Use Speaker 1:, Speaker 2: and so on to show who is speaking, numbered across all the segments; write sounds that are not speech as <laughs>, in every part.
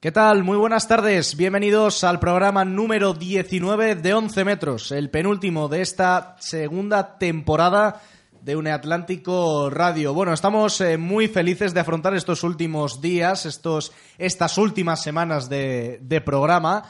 Speaker 1: ¿Qué tal? Muy buenas tardes. Bienvenidos al programa número 19 de 11 metros, el penúltimo de esta segunda temporada de Une Atlántico Radio. Bueno, estamos eh, muy felices de afrontar estos últimos días, estos, estas últimas semanas de, de programa.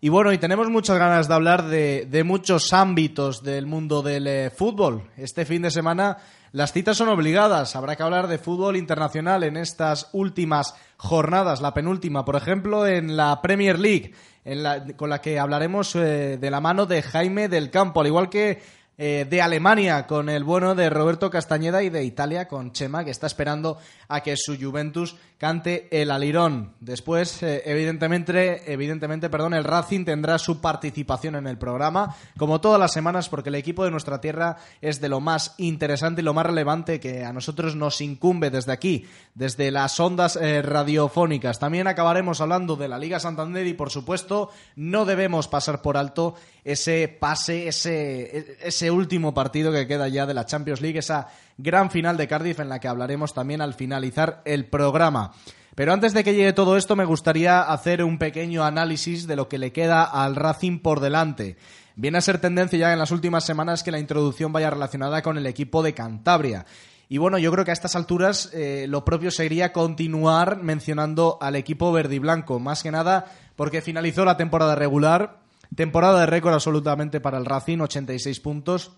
Speaker 1: Y bueno, y tenemos muchas ganas de hablar de, de muchos ámbitos del mundo del eh, fútbol. Este fin de semana las citas son obligadas. Habrá que hablar de fútbol internacional en estas últimas jornadas, la penúltima, por ejemplo, en la Premier League, en la- con la que hablaremos eh, de la mano de Jaime del Campo, al igual que eh, de Alemania con el bueno de Roberto Castañeda y de Italia con Chema, que está esperando a que su Juventus cante el alirón. Después, eh, evidentemente, evidentemente, perdón, el Racing tendrá su participación en el programa, como todas las semanas, porque el equipo de nuestra tierra es de lo más interesante y lo más relevante que a nosotros nos incumbe desde aquí, desde las ondas eh, radiofónicas. También acabaremos hablando de la Liga Santander y, por supuesto, no debemos pasar por alto ese pase, ese, e-, ese último partido que queda ya de la Champions League, esa gran final de Cardiff en la que hablaremos también al finalizar el programa. Pero antes de que llegue todo esto, me gustaría hacer un pequeño análisis de lo que le queda al Racing por delante. Viene a ser tendencia ya en las últimas semanas que la introducción vaya relacionada con el equipo de Cantabria. Y bueno, yo creo que a estas alturas eh, lo propio sería continuar mencionando al equipo verde y blanco, más que nada porque finalizó la temporada regular, temporada de récord absolutamente para el Racing, 86 puntos.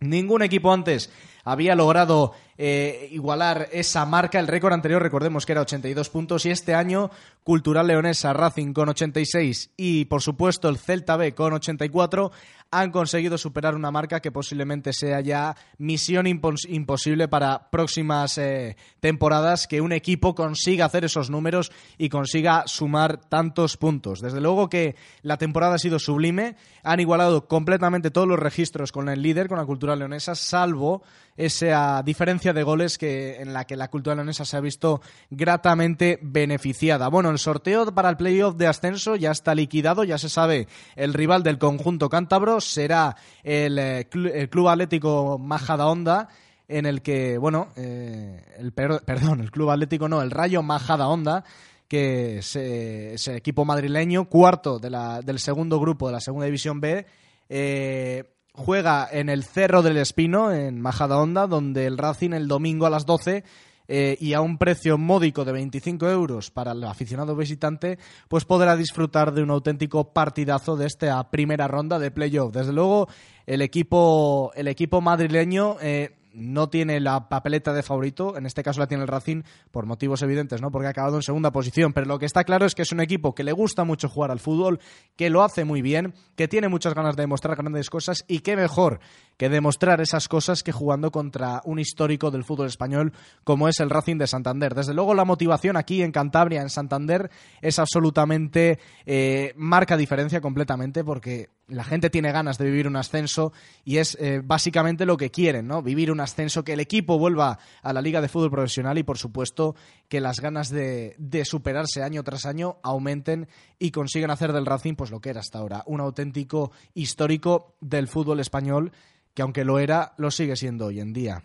Speaker 1: Ningún equipo antes había logrado eh, igualar esa marca. El récord anterior, recordemos que era 82 puntos. Y este año, Cultural Leonesa, Racing con 86 y, por supuesto, el Celta B con 84 han conseguido superar una marca que posiblemente sea ya misión impos- imposible para próximas eh, temporadas que un equipo consiga hacer esos números y consiga sumar tantos puntos. Pues Desde luego que la temporada ha sido sublime. Han igualado completamente todos los registros con el líder, con la cultura leonesa, salvo esa diferencia de goles que, en la que la cultura leonesa se ha visto gratamente beneficiada. Bueno, el sorteo para el playoff de ascenso ya está liquidado, ya se sabe. El rival del conjunto cántabro será el, eh, clu- el Club Atlético Majadahonda en el que, bueno, eh, el per- <laughs> perdón, el Club Atlético no, el Rayo Majada Onda, que es, eh, es el equipo madrileño, cuarto de la- del segundo grupo de la Segunda División B, eh, juega en el Cerro del Espino, en Majada Onda, donde el Racing el domingo a las 12 eh, y a un precio módico de 25 euros para el aficionado visitante, pues podrá disfrutar de un auténtico partidazo de esta primera ronda de playoff. Desde luego, el equipo, el equipo madrileño eh, no tiene la papeleta de favorito, en este caso la tiene el Racing por motivos evidentes, ¿no? Porque ha acabado en segunda posición, pero lo que está claro es que es un equipo que le gusta mucho jugar al fútbol, que lo hace muy bien, que tiene muchas ganas de demostrar grandes cosas y qué mejor que demostrar esas cosas que jugando contra un histórico del fútbol español como es el Racing de Santander. Desde luego la motivación aquí en Cantabria, en Santander, es absolutamente eh, marca diferencia completamente porque la gente tiene ganas de vivir un ascenso y es eh, básicamente lo que quieren, ¿no? Vivir un ascenso, que el equipo vuelva a la Liga de Fútbol Profesional y, por supuesto, que las ganas de, de superarse año tras año aumenten y consigan hacer del Racing pues lo que era hasta ahora, un auténtico histórico del fútbol español que, aunque lo era, lo sigue siendo hoy en día.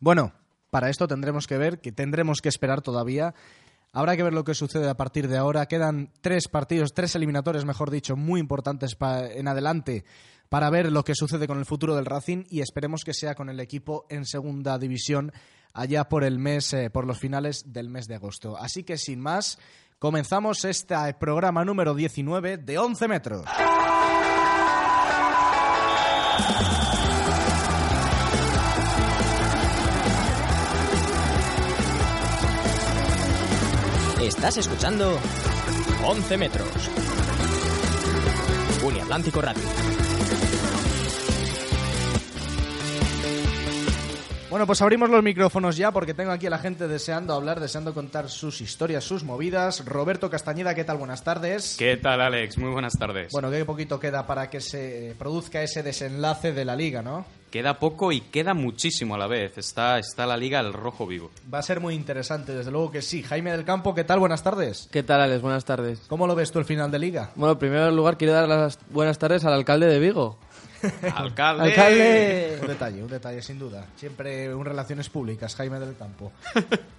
Speaker 1: Bueno, para esto tendremos que ver, que tendremos que esperar todavía. Habrá que ver lo que sucede a partir de ahora. Quedan tres partidos, tres eliminatorios, mejor dicho, muy importantes pa- en adelante para ver lo que sucede con el futuro del Racing y esperemos que sea con el equipo en segunda división allá por el mes, eh, por los finales del mes de agosto. Así que sin más, comenzamos este programa número 19 de 11 metros.
Speaker 2: Estás escuchando 11 metros. Uniatlántico Radio.
Speaker 1: Bueno, pues abrimos los micrófonos ya porque tengo aquí a la gente deseando hablar, deseando contar sus historias, sus movidas. Roberto Castañeda, ¿qué tal? Buenas tardes.
Speaker 3: ¿Qué tal, Alex? Muy buenas tardes.
Speaker 1: Bueno, qué poquito queda para que se produzca ese desenlace de la liga, ¿no?
Speaker 3: Queda poco y queda muchísimo a la vez. Está, está la liga al rojo vivo.
Speaker 1: Va a ser muy interesante, desde luego que sí. Jaime del Campo, ¿qué tal? Buenas tardes.
Speaker 4: ¿Qué tal, Alex? Buenas tardes.
Speaker 1: ¿Cómo lo ves tú el final de liga?
Speaker 4: Bueno, en primer lugar, quiero dar las buenas tardes al alcalde de Vigo.
Speaker 3: ¡Alcalde!
Speaker 4: ¡Alcalde!
Speaker 1: Un detalle, un detalle, sin duda. Siempre un relaciones públicas, Jaime del Campo.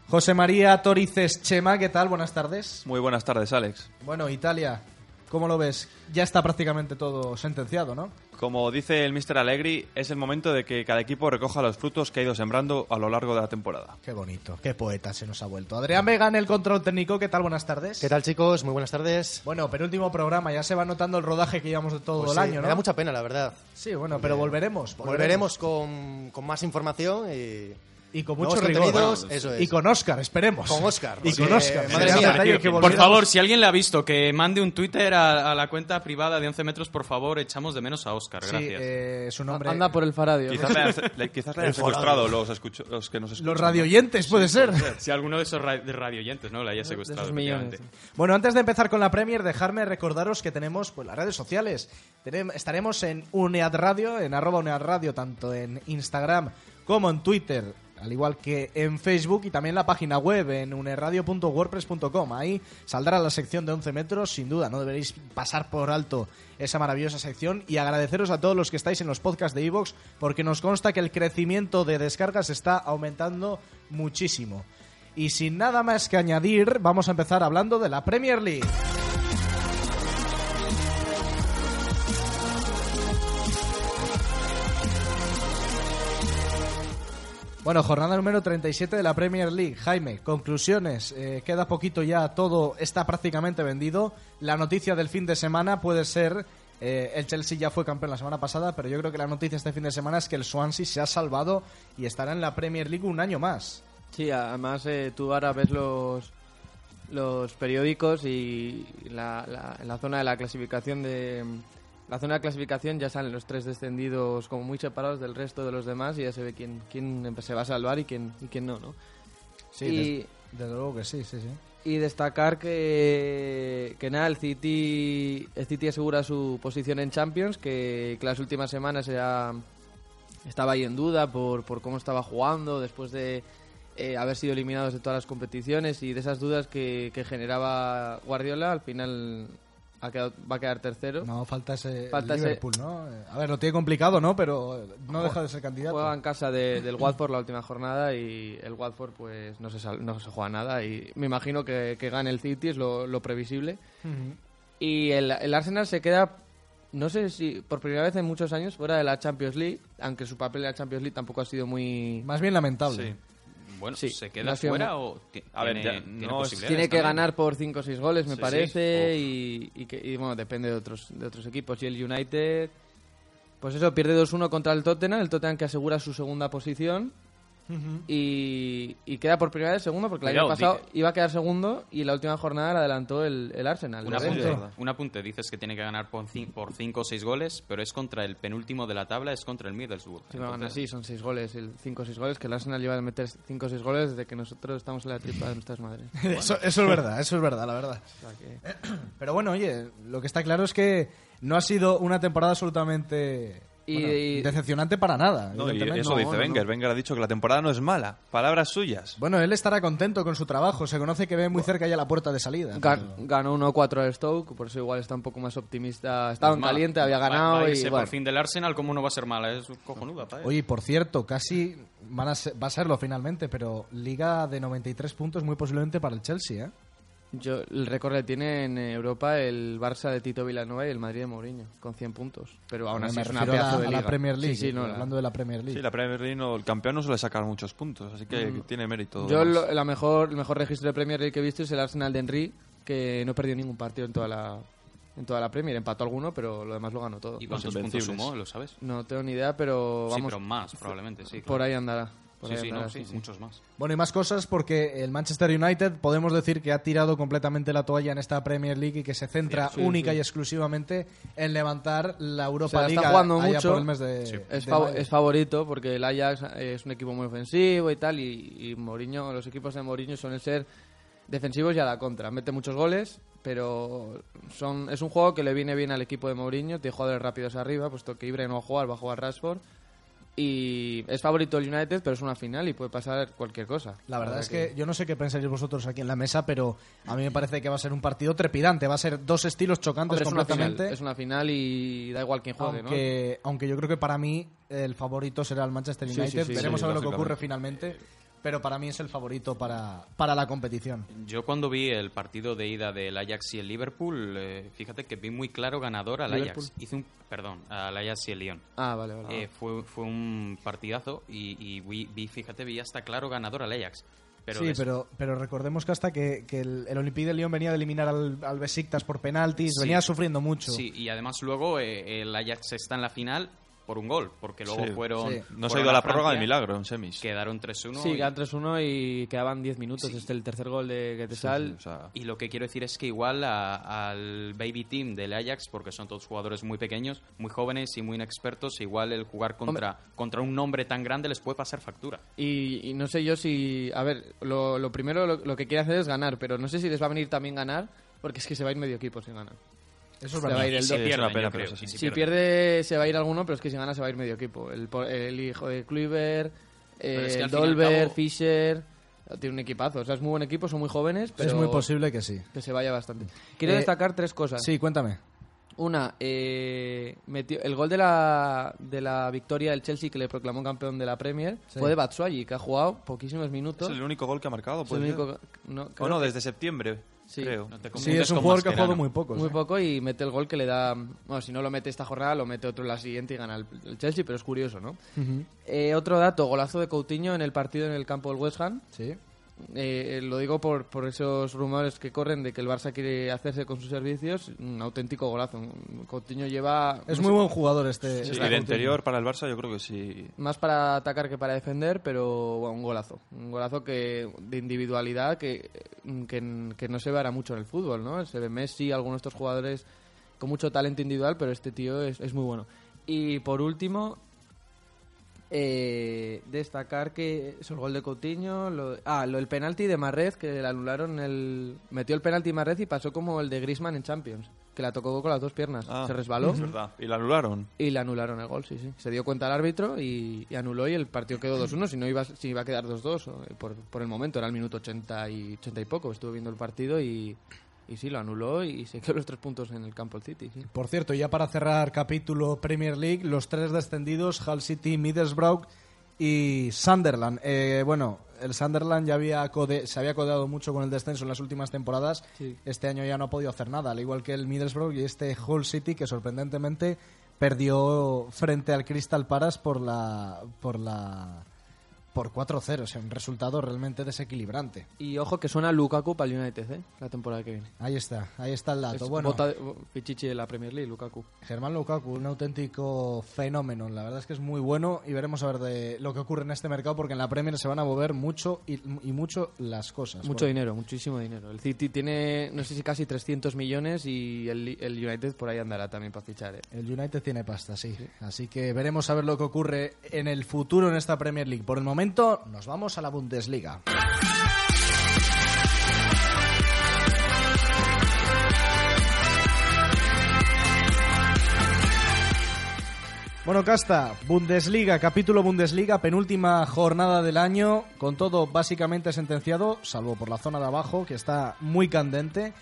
Speaker 1: José María Torices Chema, ¿qué tal? Buenas tardes.
Speaker 5: Muy buenas tardes, Alex.
Speaker 1: Bueno, Italia, ¿cómo lo ves? Ya está prácticamente todo sentenciado, ¿no?
Speaker 5: Como dice el Mr. Allegri, es el momento de que cada equipo recoja los frutos que ha ido sembrando a lo largo de la temporada.
Speaker 1: Qué bonito, qué poeta se nos ha vuelto. Adrián Vega en el control técnico, ¿qué tal? Buenas tardes.
Speaker 6: ¿Qué tal, chicos? Muy buenas tardes.
Speaker 1: Bueno, penúltimo programa, ya se va notando el rodaje que llevamos de todo
Speaker 6: Pues
Speaker 1: el
Speaker 6: sí,
Speaker 1: año, ¿no?
Speaker 6: Me da mucha pena, la verdad.
Speaker 1: Sí, bueno, pero volveremos.
Speaker 6: Volveremos con, con más información y.
Speaker 1: Y con
Speaker 6: nuevos
Speaker 1: mucho rigor.
Speaker 6: contenidos, eso es.
Speaker 1: Y con Oscar, esperemos.
Speaker 6: Con Óscar,
Speaker 1: Y
Speaker 6: porque,
Speaker 1: con Oscar.
Speaker 6: madre mía,
Speaker 1: detalle que
Speaker 3: Por
Speaker 1: volviéramos-
Speaker 3: favor, si alguien le ha visto, que mande un Twitter a, a la cuenta privada de 11 metros, por favor, echamos de menos a Oscar.
Speaker 1: Sí,
Speaker 3: Gracias.
Speaker 1: eh, su nombre.
Speaker 4: Anda por el Faradio.
Speaker 5: Quizás le hayan, le-
Speaker 1: <laughs>
Speaker 5: quizás le hayan secuestrado los, escucho- los que nos escuchan.
Speaker 1: Los radioyentes, puede ser.
Speaker 3: Si alguno de esos ra- de radioyentes no la haya secuestrado.
Speaker 4: esos millones,
Speaker 3: efectivamente.
Speaker 1: Bueno, antes de empezar con la Premier, dejarme recordaros que tenemos pues, las redes sociales. Tenem- estaremos en UNEAD Radio, en arroba UNEAD Radio, tanto en Instagram como en Twitter, al igual que en Facebook y también la página web en uneadradio.wordpress.com. Ahí saldrá la sección de 11 metros, sin duda, no deberéis pasar por alto esa maravillosa sección y agradeceros a todos los que estáis en los podcasts de iVoox porque nos consta que el crecimiento de descargas está aumentando muchísimo. Y sin nada más que añadir, vamos a empezar hablando de la Premier League. Bueno, jornada número 37 de la Premier League. Jaime, conclusiones. Eh, queda poquito ya, todo está prácticamente vendido. La noticia del fin de semana puede ser... eh, el Chelsea ya fue campeón la semana pasada, pero yo creo que la noticia este fin de semana es que el Swansea se ha salvado y estará en la Premier League un año más.
Speaker 4: Sí, además eh, tú ahora ves los, los periódicos y la, la- la zona de la clasificación de la zona de clasificación ya salen los tres descendidos como muy separados del resto de los demás y ya se ve quién, quién se va a salvar y quién, y quién no, ¿no?
Speaker 1: Sí,
Speaker 4: Y-
Speaker 1: des- desde luego que sí, sí, sí.
Speaker 4: Y destacar que, que nada, el City, el City asegura su posición en Champions, que, que las últimas semanas ya estaba ahí en duda por, por cómo estaba jugando después de eh, haber sido eliminados de todas las competiciones y de esas dudas que, que generaba Guardiola, al final ha quedado- va a quedar tercero.
Speaker 1: No, falta ese
Speaker 4: Falta
Speaker 1: el
Speaker 4: ese-
Speaker 1: Liverpool, ¿no? Eh, A ver, lo tiene complicado, ¿no? Pero eh, no deja de ser candidato.
Speaker 4: Juega en casa de- del Watford la última jornada y el Watford pues no se, sal- no se juega nada y me imagino que, que gane el City, es lo, lo previsible. Y el, el Arsenal se queda, no sé si por primera vez en muchos años, fuera de la Champions League, aunque su papel en la Champions League tampoco ha sido muy...
Speaker 1: Más bien lamentable.
Speaker 5: Sí.
Speaker 3: Bueno,
Speaker 4: Sí,
Speaker 3: ¿se
Speaker 4: no
Speaker 3: queda
Speaker 4: ha sido
Speaker 3: fuera
Speaker 4: muy-
Speaker 3: o ti- eh,
Speaker 5: A ver,
Speaker 3: tiene,
Speaker 5: ya,
Speaker 3: tiene
Speaker 5: no es-
Speaker 3: posibilidades
Speaker 4: Tiene que
Speaker 3: también?
Speaker 4: ganar por 5 o 6 goles, me
Speaker 3: Sí,
Speaker 4: parece, Y, y que, y, bueno, depende de otros, de otros equipos. Y el United, pues eso, pierde 2-1 contra el Tottenham, el Tottenham que asegura su segunda posición. Y, y queda por primera vez segundo porque el año
Speaker 3: Cuidado,
Speaker 4: pasado iba a quedar segundo y la última jornada la adelantó el, el Arsenal.
Speaker 3: Un
Speaker 4: la
Speaker 5: Sí,
Speaker 3: apunte,
Speaker 5: es
Speaker 4: vez.
Speaker 5: verdad.
Speaker 3: un apunte, dices que tiene que ganar por 5 o 6 goles, pero es contra el penúltimo de la tabla, es contra el Middlesbrough.
Speaker 4: Sí, bueno, aún
Speaker 3: Entonces,
Speaker 4: así son 6 goles, 5 o 6 goles, que el Arsenal lleva a meter 5 o 6 goles desde que nosotros estamos en la tripa de
Speaker 3: <laughs>
Speaker 4: nuestras madres.
Speaker 1: <laughs> eso, eso es verdad, eso es verdad, la verdad.
Speaker 4: O sea que-
Speaker 1: <clears throat> Pero bueno, oye, lo que está claro es que no ha sido una temporada absolutamente
Speaker 4: Y-
Speaker 1: bueno,
Speaker 4: y-
Speaker 1: decepcionante para nada.
Speaker 5: No, y
Speaker 1: evidentemente.
Speaker 5: eso
Speaker 1: No,
Speaker 5: dice
Speaker 1: no, no.
Speaker 5: Wenger. Wenger ha dicho que la temporada no es mala. Palabras suyas.
Speaker 1: Bueno, él estará contento con su trabajo. Se conoce que ve muy cerca ya la puerta de salida.
Speaker 4: Ga-
Speaker 1: pero-
Speaker 4: ganó 1-4 al Stoke, por eso igual está un poco más optimista. Estaba en
Speaker 3: mal.
Speaker 4: caliente, había
Speaker 3: Va-
Speaker 4: ganado
Speaker 3: va a
Speaker 4: y
Speaker 3: irse
Speaker 4: bueno.
Speaker 3: por fin del Arsenal, ¿cómo no va a ser mala? Es cojonuda, pa, eh.
Speaker 1: Oye, y por cierto, casi van a ser- va a serlo finalmente, pero liga de 93 puntos muy posiblemente para el Chelsea, ¿eh?
Speaker 4: Yo, el récord le tiene en Europa el Barça de Tito Villanueva y el Madrid de Mourinho, con 100 puntos. Pero
Speaker 1: Eh,
Speaker 4: aún
Speaker 1: Me
Speaker 4: así es una
Speaker 1: refiero a la-
Speaker 4: pedazo de
Speaker 1: a
Speaker 4: liga.
Speaker 1: la Premier League.
Speaker 4: Sí, sí, no, la-
Speaker 1: hablando de la Premier League.
Speaker 5: Sí, la Premier League, no- el campeón no suele sacar muchos puntos, así que
Speaker 1: Mm.
Speaker 5: tiene mérito.
Speaker 4: Yo
Speaker 5: además.
Speaker 4: lo- la mejor, el mejor registro de Premier League que he visto es el Arsenal de Henry, que no perdió ningún partido en toda la, en toda la Premier. Empató alguno, pero lo demás lo ganó todo.
Speaker 3: ¿Y
Speaker 5: Los
Speaker 3: cuántos puntos
Speaker 5: invencibles.
Speaker 3: sumó? ¿Lo sabes?
Speaker 4: No tengo ni idea, pero
Speaker 3: Sí,
Speaker 4: vamos, <laughs>
Speaker 3: pero más, probablemente, sí.
Speaker 4: por ahí andará. por
Speaker 3: sí,
Speaker 4: ahí
Speaker 3: sí,
Speaker 4: andará,
Speaker 3: no,
Speaker 4: sí,
Speaker 3: sí,
Speaker 4: sí.
Speaker 3: muchos más.
Speaker 1: Bueno, y más cosas porque el Manchester United podemos decir que ha tirado completamente la toalla en esta Premier League y que se centra
Speaker 4: Sí,
Speaker 1: única
Speaker 4: sí.
Speaker 1: y exclusivamente en levantar la Europa
Speaker 4: Se la
Speaker 1: League
Speaker 4: está jugando
Speaker 1: allá
Speaker 4: mucho.
Speaker 1: por el mes de,
Speaker 4: Es,
Speaker 1: de
Speaker 4: fa-
Speaker 1: mayo.
Speaker 4: es favorito porque el Ajax eh, es un equipo muy ofensivo y tal. Y, y Mourinho, los equipos de Mourinho suelen ser defensivos y a la contra. Mete muchos goles, pero son, es un juego que le viene bien al equipo de Mourinho. Tiene jugadores rápidos arriba, puesto que Ibra no va a jugar, va a jugar Rashford. Y es favorito el United, pero es una final y puede pasar cualquier cosa.
Speaker 1: La verdad es que yo no sé qué pensaréis vosotros aquí en la mesa, pero a mí me parece que va a ser un partido trepidante. Va a ser dos estilos chocantes
Speaker 4: Hombre, es, una final,
Speaker 1: completamente.
Speaker 4: es una final y da igual quién juegue, ¿no?
Speaker 1: aunque, aunque yo creo que para mí el favorito será el Manchester
Speaker 4: Sí, sí,
Speaker 1: United.
Speaker 4: sí,
Speaker 1: Veremos
Speaker 5: sí,
Speaker 1: a ver lo que
Speaker 5: lógicamente.
Speaker 1: ocurre finalmente. Pero para mí es el favorito para, para la competición.
Speaker 3: Yo cuando vi el partido de ida del Ajax y el Liverpool, eh, fíjate que vi muy claro ganador al Ajax. Hice un, perdón, al Ajax y el Lyon.
Speaker 4: Ah, vale, vale.
Speaker 3: Eh, fue, fue un partidazo y, y vi, vi- fíjate, vi hasta claro ganador al Ajax. Pero
Speaker 1: sí,
Speaker 3: des-
Speaker 1: pero, pero recordemos que hasta que, que el, el Olympique de Lyon venía de eliminar al, al Besiktas por penaltis,
Speaker 3: Sí.
Speaker 1: venía sufriendo mucho.
Speaker 3: sí, y además luego eh, el Ajax está en la final por un gol, porque luego
Speaker 5: Sí.
Speaker 3: fueron...
Speaker 1: Sí.
Speaker 5: No se ha
Speaker 3: fueron
Speaker 5: ido a la prórroga de
Speaker 3: Francia,
Speaker 5: milagro en semis.
Speaker 3: Quedaron 3-1
Speaker 4: sí,
Speaker 3: y-
Speaker 4: quedan 3-1 y quedaban 10 minutos. Este el tercer gol de
Speaker 5: Sí, sí,
Speaker 4: Getesal.
Speaker 5: o sea,
Speaker 3: Y lo que quiero decir es que igual a- al baby team del Ajax, porque son todos jugadores muy pequeños, muy jóvenes y muy inexpertos, igual el jugar contra, contra un nombre tan grande les puede pasar factura.
Speaker 4: Y, y no sé yo si. A ver, lo, lo primero lo, lo que quiere hacer es ganar, pero no sé si les va a venir también ganar, porque es que se va a ir medio equipo si ganan.
Speaker 1: Eso es
Speaker 4: Se va
Speaker 1: verdad.
Speaker 4: a ir el
Speaker 3: Y si
Speaker 4: do-
Speaker 5: es una
Speaker 3: pierden,
Speaker 5: pena,
Speaker 3: yo
Speaker 5: pero
Speaker 3: creo,
Speaker 5: es así.
Speaker 3: y
Speaker 4: Si pierde, se va a ir alguno, pero es que si gana, se va a ir medio equipo. El, por- el hijo de Kluivert,
Speaker 3: Pero
Speaker 4: eh,
Speaker 3: es que al fin y al
Speaker 4: Dolber,
Speaker 3: cabo-
Speaker 4: Fischer. Tiene un equipazo. O sea, es muy buen equipo, son muy jóvenes, pero
Speaker 1: Es muy posible que sí.
Speaker 4: que se vaya bastante. Quiero
Speaker 1: Eh,
Speaker 4: destacar tres cosas.
Speaker 1: Sí, cuéntame.
Speaker 4: Una, eh, metió- el gol de la, de la victoria del Chelsea que le proclamó campeón de la Premier
Speaker 1: Sí.
Speaker 4: fue de Batshuayi, que ha jugado poquísimos
Speaker 5: ¿Es
Speaker 4: minutos.
Speaker 5: el único gol que ha marcado?
Speaker 4: Es el
Speaker 5: puede ser?
Speaker 4: único- no,
Speaker 5: Pues O
Speaker 4: creo
Speaker 5: no,
Speaker 4: que
Speaker 5: desde septiembre,
Speaker 4: Sí.
Speaker 5: creo.
Speaker 3: No te
Speaker 1: Sí,
Speaker 3: confundes
Speaker 1: es un
Speaker 3: con
Speaker 1: jugador que ha jugado
Speaker 3: Mascherano.
Speaker 1: muy ¿eh? poco.
Speaker 4: muy
Speaker 5: ¿eh?
Speaker 4: poco y mete el gol que le da. Bueno, si no lo mete esta jornada, lo mete otro en la siguiente y gana el, el Chelsea, pero es curioso, ¿no? Eh, otro dato: golazo de Coutinho en el partido en el campo del West Ham.
Speaker 1: Sí.
Speaker 4: Eh, eh, lo digo por, por esos rumores que corren de que el Barça quiere hacerse con sus servicios. Un auténtico golazo. Coutinho lleva.
Speaker 1: Es
Speaker 4: no
Speaker 1: muy
Speaker 4: sé,
Speaker 1: buen jugador este.
Speaker 5: Sí,
Speaker 1: este
Speaker 5: de
Speaker 1: Coutinho.
Speaker 5: interior para el Barça yo creo que sí.
Speaker 4: Más para atacar que para defender, pero bueno, un golazo. Un golazo que de individualidad que, mm, que, que no se verá mucho en el fútbol, ¿no? Se ve Messi, algunos de estos jugadores con mucho talento individual, pero este tío es, es muy bueno. Y por último, eh, destacar que es el gol de Coutinho, lo, ah, lo, el penalti de Marrez, que le anularon el... Metió el penalti Marrez y pasó como el de Griezmann en Champions, que la tocó con las dos piernas,
Speaker 5: Ah,
Speaker 4: se
Speaker 5: <laughs>
Speaker 4: resbaló.
Speaker 5: Es verdad. Y la anularon.
Speaker 4: Y le anularon el gol, sí, sí. Se dio cuenta el árbitro y, y anuló y el partido quedó 2-1. Si no iba, si iba a quedar 2-2 o- eh, por, por el momento, era el minuto 80 y, 80 y poco. Estuve viendo el partido y, y sí, lo anuló y se quedó los tres puntos en el campo el City. sí.
Speaker 1: Por cierto, ya para cerrar capítulo Premier League, los tres descendidos, Hull City, Middlesbrough y Sunderland. Eh, bueno, el Sunderland ya había code- se había codeado mucho con el descenso en las últimas temporadas.
Speaker 4: Sí.
Speaker 1: Este año ya no ha podido hacer nada, al igual que el Middlesbrough y este Hull City que sorprendentemente perdió frente al Crystal Palace por la por la por 4-0, o sea, un resultado realmente desequilibrante.
Speaker 4: Y ojo que suena Lukaku para el United, ¿eh? La temporada que viene.
Speaker 1: Ahí está, ahí está el dato.
Speaker 4: Es
Speaker 1: bueno,
Speaker 4: bota de- bo- pichichi de la Premier League, Lukaku.
Speaker 1: Germán Lukaku, un auténtico fenómeno. La verdad es que es muy bueno y veremos a ver de lo que ocurre en este mercado porque en la Premier se van a mover mucho y, y mucho las cosas.
Speaker 4: Mucho
Speaker 1: Bueno,
Speaker 4: dinero, muchísimo dinero. El City tiene, no sé si casi 300 millones y el, el United por ahí andará también para fichar, ¿eh?
Speaker 1: El United tiene pasta, sí. Así que veremos a ver lo que ocurre en el futuro en esta Premier League. Por el momento nos vamos a la Bundesliga. Bueno, Casta, Bundesliga, capítulo Bundesliga, penúltima jornada del año, con todo básicamente sentenciado, salvo por la zona de abajo, que está muy candente.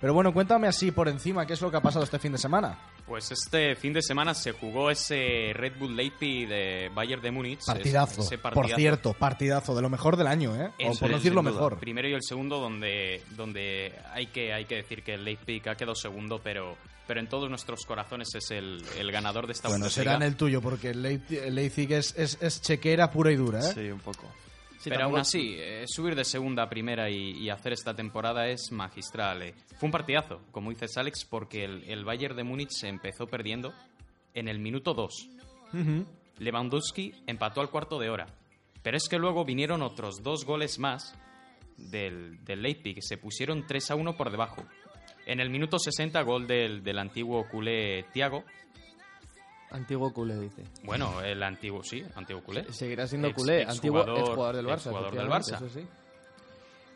Speaker 1: Pero bueno, cuéntame así por encima qué es lo que ha pasado este fin de semana.
Speaker 3: Pues este fin de semana se jugó ese Red Bull Leipzig de Bayern de Múnich. Es-
Speaker 1: Partidazo,
Speaker 3: ese
Speaker 1: por
Speaker 3: partidazo.
Speaker 1: cierto, partidazo, de lo mejor del año, ¿eh? O
Speaker 3: Eso
Speaker 1: por
Speaker 3: es,
Speaker 1: decirlo
Speaker 5: sin duda.
Speaker 1: mejor.
Speaker 3: primero y el segundo donde donde hay que hay que decir que el Leipzig ha quedado segundo pero pero en todos nuestros corazones es el, el ganador de esta
Speaker 1: Bueno,
Speaker 3: Bundesliga.
Speaker 1: será en el tuyo, porque el Leipzig, el Leipzig es, es- es chequera pura y dura, ¿eh?
Speaker 5: Sí, un poco.
Speaker 4: Sí,
Speaker 3: pero aún
Speaker 4: tampoco-
Speaker 3: así, eh, subir de segunda a primera y, y hacer esta temporada es magistral. eh. Fue un partidazo, como dices Alex, porque el, el Bayern de Múnich se empezó perdiendo en el minuto 2. Lewandowski empató al cuarto de hora. Pero es que luego vinieron otros dos goles más del, del Leipzig. Se pusieron 3 a 1 por debajo. En el minuto 60, gol del, del antiguo culé Tiago.
Speaker 4: Antiguo culé, dice.
Speaker 3: Bueno, el antiguo, sí, antiguo culé.
Speaker 4: Seguirá siendo
Speaker 3: ¿Eh? Ex-
Speaker 4: culé, antiguo
Speaker 3: exjugador-
Speaker 4: exjugador del Barça.
Speaker 3: exjugador del
Speaker 4: efectivamente,
Speaker 3: Barça.
Speaker 4: Eso sí.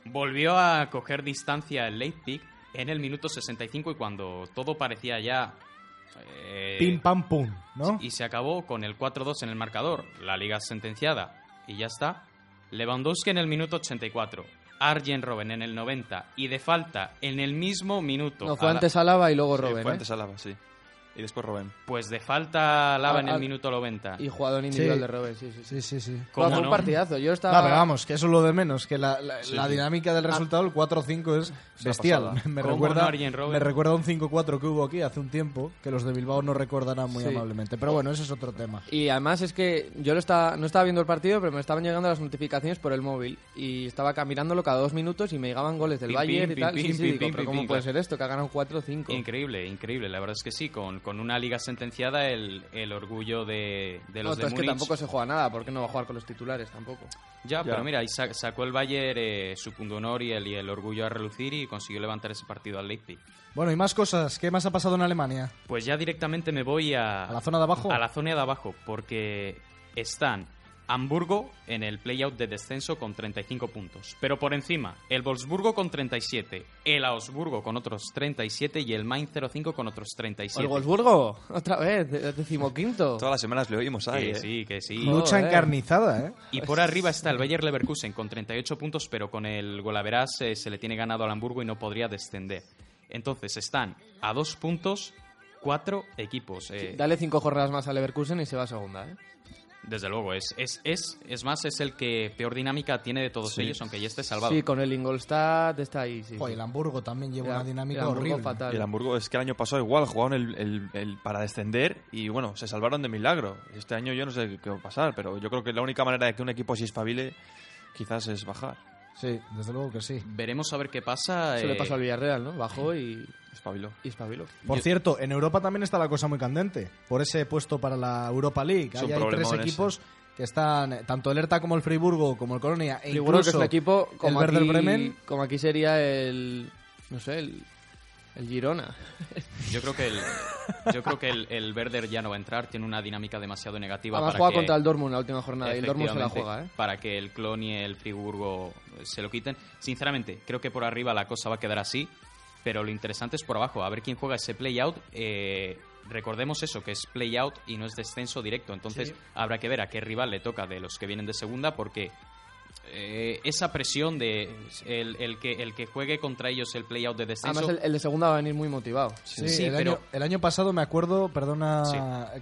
Speaker 3: Volvió a coger distancia el Leipzig en el minuto 65 y cuando todo parecía ya... eh,
Speaker 1: Pim pam pum, ¿no?
Speaker 3: Y se acabó con el 4-2 en el marcador, la liga sentenciada. Y ya está. Lewandowski en el minuto 84, Arjen Robben en el 90 y de falta en el mismo minuto.
Speaker 4: No, fue
Speaker 3: a la-
Speaker 4: antes Alaba y luego
Speaker 5: Sí,
Speaker 4: Robben.
Speaker 5: fue
Speaker 4: ¿eh?
Speaker 5: antes Alaba, sí. Y después Robén.
Speaker 3: Pues de falta Lava en
Speaker 4: Al-
Speaker 3: el
Speaker 4: al-
Speaker 3: minuto 90.
Speaker 4: Y jugador individual
Speaker 1: Sí.
Speaker 4: de Robben, sí, sí. sí.
Speaker 1: Sí, sí, sí.
Speaker 3: ¿Cómo
Speaker 4: Fue un
Speaker 3: no?
Speaker 4: partidazo. Yo estaba.
Speaker 1: Ah, pero vamos, que eso es lo de menos, que la, la- la
Speaker 5: sí.
Speaker 1: dinámica
Speaker 4: Ah.
Speaker 1: del resultado, el 4-5 es bestial.
Speaker 5: pasada.
Speaker 1: Me
Speaker 3: ¿Cómo no,
Speaker 1: recuerda,
Speaker 3: Arjen Robben?
Speaker 1: me recuerda un 5-4 que hubo aquí hace un tiempo, que los de Bilbao no recordarán muy
Speaker 4: Sí.
Speaker 1: amablemente. Pero bueno, ese es otro tema.
Speaker 4: Y además es que yo lo estaba, no estaba viendo el partido, pero me estaban llegando las notificaciones por el móvil. Y estaba ca- mirándolo cada dos minutos y me llegaban goles del
Speaker 3: Pim,
Speaker 4: Bayern
Speaker 3: pim,
Speaker 4: y tal.
Speaker 3: pim,
Speaker 4: Sí,
Speaker 3: pim,
Speaker 4: sí,
Speaker 3: pim,
Speaker 4: digo,
Speaker 3: pim,
Speaker 4: pero
Speaker 3: pim,
Speaker 4: ¿cómo
Speaker 3: pim,
Speaker 4: puede
Speaker 3: claro.
Speaker 4: ser esto? Que ha ganado 4-5.
Speaker 3: Increíble, increíble. La verdad es que sí, con, con una liga sentenciada el, el orgullo de, de
Speaker 4: No,
Speaker 3: los de
Speaker 4: pero es que
Speaker 3: Múnich.
Speaker 4: tampoco se juega nada, porque no va a jugar con los titulares tampoco.
Speaker 3: Ya,
Speaker 5: Ya.
Speaker 3: pero mira, ahí sa- sacó el Bayern eh, su punto honor y el, y el orgullo a relucir y consiguió levantar ese partido al Leipzig.
Speaker 1: Bueno, y más cosas. ¿Qué más ha pasado en Alemania?
Speaker 3: Pues ya directamente me voy a,
Speaker 1: ¿A la zona de abajo?
Speaker 3: a la zona de abajo, porque están Hamburgo en el playout de descenso con 35 puntos. Pero por encima, el Wolfsburgo con 37, el Augsburgo con otros 37 y el Mainz 05 con otros
Speaker 4: ¿O
Speaker 3: 37.
Speaker 4: el Wolfsburgo? <laughs> Otra vez, de- decimoquinto.
Speaker 5: Todas las semanas le oímos ahí,
Speaker 3: Que
Speaker 5: ¿eh?
Speaker 3: sí, que sí.
Speaker 1: Lucha
Speaker 4: Joder.
Speaker 1: encarnizada, ¿eh?
Speaker 3: Y por arriba está el Bayer Leverkusen con 38 puntos, pero con el Golaveras eh, se le tiene ganado al Hamburgo y no podría descender. Entonces están a dos puntos cuatro equipos. eh,
Speaker 4: Dale cinco jornadas más al Leverkusen y se va a segunda. ¿eh?
Speaker 3: desde luego, es, es, es, es más, es el que peor dinámica tiene de todos ellos, aunque ya esté salvado.
Speaker 4: Sí, con el Ingolstadt está ahí. Sí,
Speaker 1: Joder,
Speaker 4: sí.
Speaker 1: el Hamburgo también lleva
Speaker 4: El-
Speaker 1: una dinámica
Speaker 4: el Hamburgo
Speaker 1: horrible.
Speaker 4: fatal.
Speaker 5: Y el Hamburgo es que el año pasado igual jugaron el, el- el- para descender y bueno, se salvaron de milagro. Este año yo no sé qué va a pasar, pero yo creo que la única manera de que un equipo se espabile quizás es bajar,
Speaker 1: Sí, desde luego que sí.
Speaker 3: Veremos a ver qué pasa.
Speaker 4: Eso
Speaker 3: eh,
Speaker 4: le pasó al Villarreal, ¿no? Bajó y,
Speaker 5: espabiló.
Speaker 4: y espabiló.
Speaker 1: Por cierto, en Europa también está la cosa muy candente. Por ese puesto para la Europa League.
Speaker 5: Es un
Speaker 1: Ahí hay tres
Speaker 5: problemón ese.
Speaker 1: equipos que están, eh, tanto el Hertha como el Friburgo, como el Colonia. E
Speaker 4: Friburgo, que es
Speaker 1: incluso
Speaker 4: un equipo como
Speaker 1: el
Speaker 4: aquí,
Speaker 1: Werder Bremen.
Speaker 4: como aquí sería el no sé el, el Girona
Speaker 3: Yo creo que el, yo creo que
Speaker 4: <laughs>
Speaker 3: el, el Werder ya no va a entrar, tiene una dinámica demasiado negativa.
Speaker 4: además
Speaker 3: para
Speaker 4: juega
Speaker 3: que-
Speaker 4: contra el Dortmund la última jornada y el Dortmund se la
Speaker 3: Efectivamente,
Speaker 4: juega ¿eh?
Speaker 3: Para que el Clon y el Friburgo se lo quiten. Sinceramente, creo que por arriba la cosa va a quedar así, pero lo interesante es por abajo, a ver quién juega ese play-out. Eh, recordemos eso, que es play-out y no es descenso directo, entonces habrá que ver a qué rival le toca de los que vienen de segunda, porque eh, esa presión de el, el que, el que juegue contra ellos el play-out de descenso...
Speaker 4: además el, el de segunda va a venir muy motivado
Speaker 1: Sí,
Speaker 3: Sí,
Speaker 1: el,
Speaker 3: pero-
Speaker 1: año, el año pasado me acuerdo, perdona,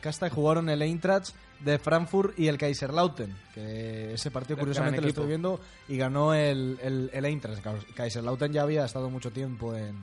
Speaker 1: Casta, jugaron el Eintracht de Frankfurt y el Kaiserlauten. Que ese partido,
Speaker 4: Gran
Speaker 1: curiosamente, lo
Speaker 4: equipo.
Speaker 1: estoy viendo y ganó el, el, el Eintracht. Kaiserlauten ya había estado mucho tiempo en,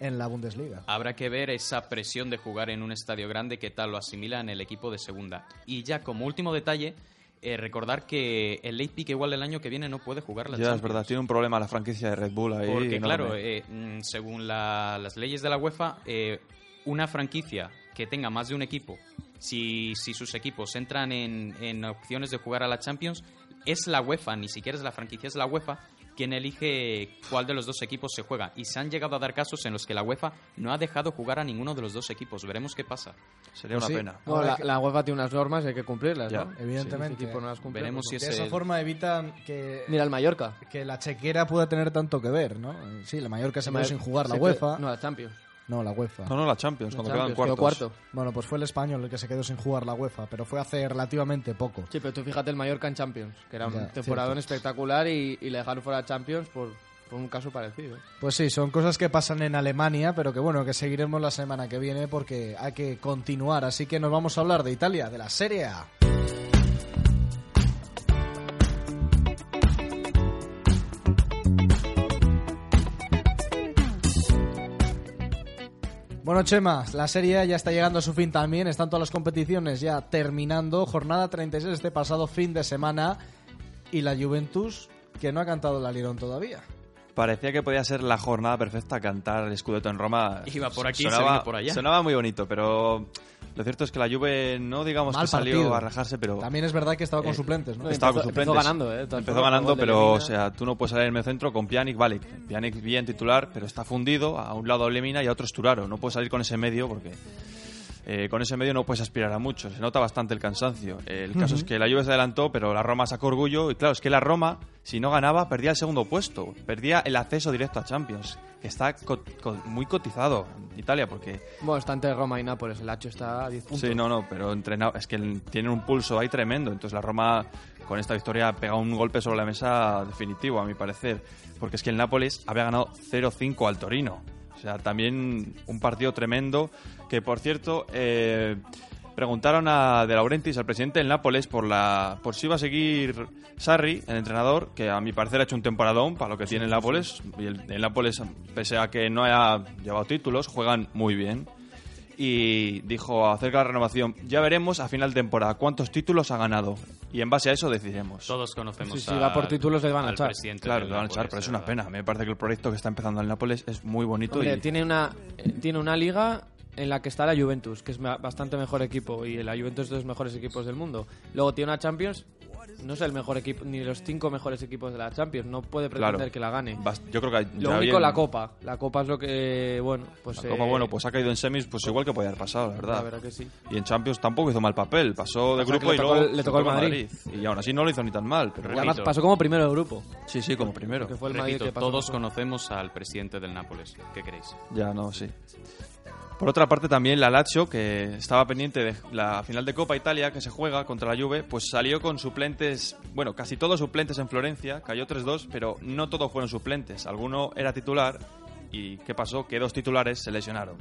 Speaker 1: en la Bundesliga.
Speaker 5: Ah,
Speaker 3: Habrá que ver esa presión de jugar en un estadio grande, qué tal lo asimila en el equipo de segunda. Y ya como último detalle, eh, recordar que el Leipzig igual el año que viene no puede jugar la
Speaker 5: Ya es
Speaker 3: Champions.
Speaker 5: verdad, tiene un problema la franquicia de Red Bull ahí.
Speaker 3: Porque
Speaker 5: enorme.
Speaker 3: claro, eh, mm, según la- las leyes de la UEFA, eh, una franquicia que tenga más de un equipo, si, si sus equipos entran en, en opciones de jugar a la Champions, es la UEFA, ni siquiera es la franquicia, es la UEFA quien elige cuál de los dos equipos se juega. Y se han llegado a dar casos en los que la UEFA no ha dejado jugar a ninguno de los dos equipos. Veremos qué pasa.
Speaker 5: Sería
Speaker 1: Pues
Speaker 5: una
Speaker 1: sí.
Speaker 5: pena.
Speaker 4: No,
Speaker 1: Ahora
Speaker 4: la,
Speaker 1: que-
Speaker 4: la UEFA tiene unas normas y hay que cumplirlas
Speaker 5: Ya,
Speaker 4: ¿no?
Speaker 1: evidentemente.
Speaker 4: Si ese equipo no las cumple,
Speaker 3: Veremos si
Speaker 4: pues
Speaker 3: es
Speaker 1: de esa
Speaker 3: el-
Speaker 1: forma evitan que,
Speaker 4: no. mira el Mallorca
Speaker 1: que la chequera pueda tener tanto que ver, ¿no? Sí, la Mallorca se
Speaker 4: El Mallorca
Speaker 1: quedó sin jugar la
Speaker 4: se
Speaker 1: UEFA.
Speaker 4: quedó- no la Champions
Speaker 1: No, la UEFA.
Speaker 5: No, no, la Champions,
Speaker 4: La
Speaker 5: cuando
Speaker 4: Champions,
Speaker 5: quedan
Speaker 4: quedó
Speaker 5: cuartos.
Speaker 4: cuarto
Speaker 1: Bueno, pues fue el español el que se quedó sin jugar la UEFA, pero fue hace relativamente poco.
Speaker 4: sí pero tú fíjate el Mallorca en Champions que era un
Speaker 1: Ya,
Speaker 4: temporadón espectacular y, y le dejaron fuera a Champions por, por un caso parecido ¿eh?
Speaker 1: Pues sí, son cosas que pasan en Alemania, pero que bueno, que seguiremos la semana que viene porque hay que continuar. Así que nos vamos a hablar de Italia, de la Serie A. Bueno, Chema, la Serie A ya está llegando a su fin también. Están todas las competiciones ya terminando. Jornada 36 este pasado fin de semana. Y la Juventus, que no ha cantado el alirón todavía.
Speaker 5: parecía que podía ser la jornada perfecta cantar el Scudetto en Roma.
Speaker 3: Iba por aquí, se
Speaker 5: sonaba,
Speaker 3: vino por allá.
Speaker 5: Sonaba muy bonito, pero lo cierto es que la Juve no digamos
Speaker 1: Mal
Speaker 5: que salió
Speaker 1: partido.
Speaker 5: a rajarse, pero
Speaker 1: También es verdad que estaba con
Speaker 5: Eh,
Speaker 1: suplentes, ¿no?
Speaker 4: no,
Speaker 5: estaba
Speaker 4: empezó-
Speaker 5: con
Speaker 4: empezó
Speaker 5: suplentes.
Speaker 4: ganando, eh, de todas
Speaker 5: Empezó
Speaker 4: formas,
Speaker 5: ganando,
Speaker 4: gol de
Speaker 5: pero
Speaker 4: Lemina.
Speaker 5: o sea, tú no puedes salir en medio centro con Pjanic, vale. Pjanic bien titular, pero está fundido. A un lado Lemina y a otro Sturaro. No puedes salir con ese medio porque eh, con ese medio no puedes aspirar a mucho. Se nota bastante el cansancio. El caso es que la Juve se adelantó, pero la Roma sacó orgullo. Y claro, es que la Roma, si no ganaba, perdía el segundo puesto. Perdía el acceso directo a Champions. Que está co- co- muy cotizado en Italia porque
Speaker 4: Bueno, está entre Roma y Nápoles. El Hacho está a 10 puntos.
Speaker 5: Sí, no, no, pero entrenado, es que el- tienen un pulso ahí tremendo. Entonces la Roma con esta victoria pega un golpe sobre la mesa definitivo, a mi parecer. Porque es que el Nápoles había ganado 0-5 al Torino. O sea, también un partido tremendo. Que por cierto, eh, preguntaron a De Laurentiis, al presidente del Nápoles, por la por si iba a seguir Sarri, el entrenador, que a mi parecer ha hecho un temporadón para lo que tiene el Nápoles. Y el, el Nápoles, pese a que no haya llevado títulos, juegan muy bien y dijo acerca de la renovación, ya veremos a final de temporada cuántos títulos ha ganado y en base a eso decidiremos.
Speaker 3: Todos conocemos
Speaker 4: Sí, sí, va por
Speaker 3: al-
Speaker 4: títulos, le van a
Speaker 3: al
Speaker 4: echar.
Speaker 3: presidente
Speaker 5: Claro,
Speaker 3: del
Speaker 5: lo van a
Speaker 3: Nápoles,
Speaker 5: echar, pero es una
Speaker 3: ¿verdad?
Speaker 5: pena. Me parece que el proyecto que está empezando el Nápoles es muy bonito
Speaker 4: Hombre,
Speaker 5: y
Speaker 4: tiene, una, eh, tiene una liga en la que está la Juventus, que es ma- bastante mejor equipo, y la Juventus es de los mejores equipos del mundo. Luego tiene una Champions, no es el mejor equipo, ni los cinco mejores equipos de la Champions, no puede pretender
Speaker 5: Claro.
Speaker 4: que la gane.
Speaker 5: bas- yo creo que
Speaker 4: Lo
Speaker 5: ya
Speaker 4: único,
Speaker 5: bien-
Speaker 4: la Copa. La Copa es lo que, bueno, pues...
Speaker 5: La Copa,
Speaker 4: eh,
Speaker 5: bueno, pues ha caído en semis, pues igual que podía haber pasado, la verdad.
Speaker 4: La verdad que sí.
Speaker 5: Y en Champions tampoco hizo mal papel, pasó de
Speaker 4: O sea, que
Speaker 5: grupo
Speaker 4: le
Speaker 5: y
Speaker 4: tocó
Speaker 5: luego
Speaker 4: el- le tocó el
Speaker 5: a
Speaker 4: Madrid.
Speaker 5: Y aún así no lo hizo ni tan mal, pero
Speaker 4: Y
Speaker 5: bueno,
Speaker 4: además pasó como primero de grupo,
Speaker 5: sí, sí, como primero.
Speaker 4: que fue el Madrid
Speaker 3: Repito,
Speaker 4: que pasó.
Speaker 3: todos
Speaker 4: mejor.
Speaker 3: conocemos al presidente del Nápoles. ¿Qué queréis?
Speaker 5: Ya, no, sí. Por otra parte, también la Lazio, que estaba pendiente de la final de Copa Italia que se juega contra la Juve, pues salió con suplentes, bueno, casi todos suplentes en Florencia, cayó 3-2, pero no todos fueron suplentes. Alguno era titular y ¿qué pasó? Que dos titulares se lesionaron.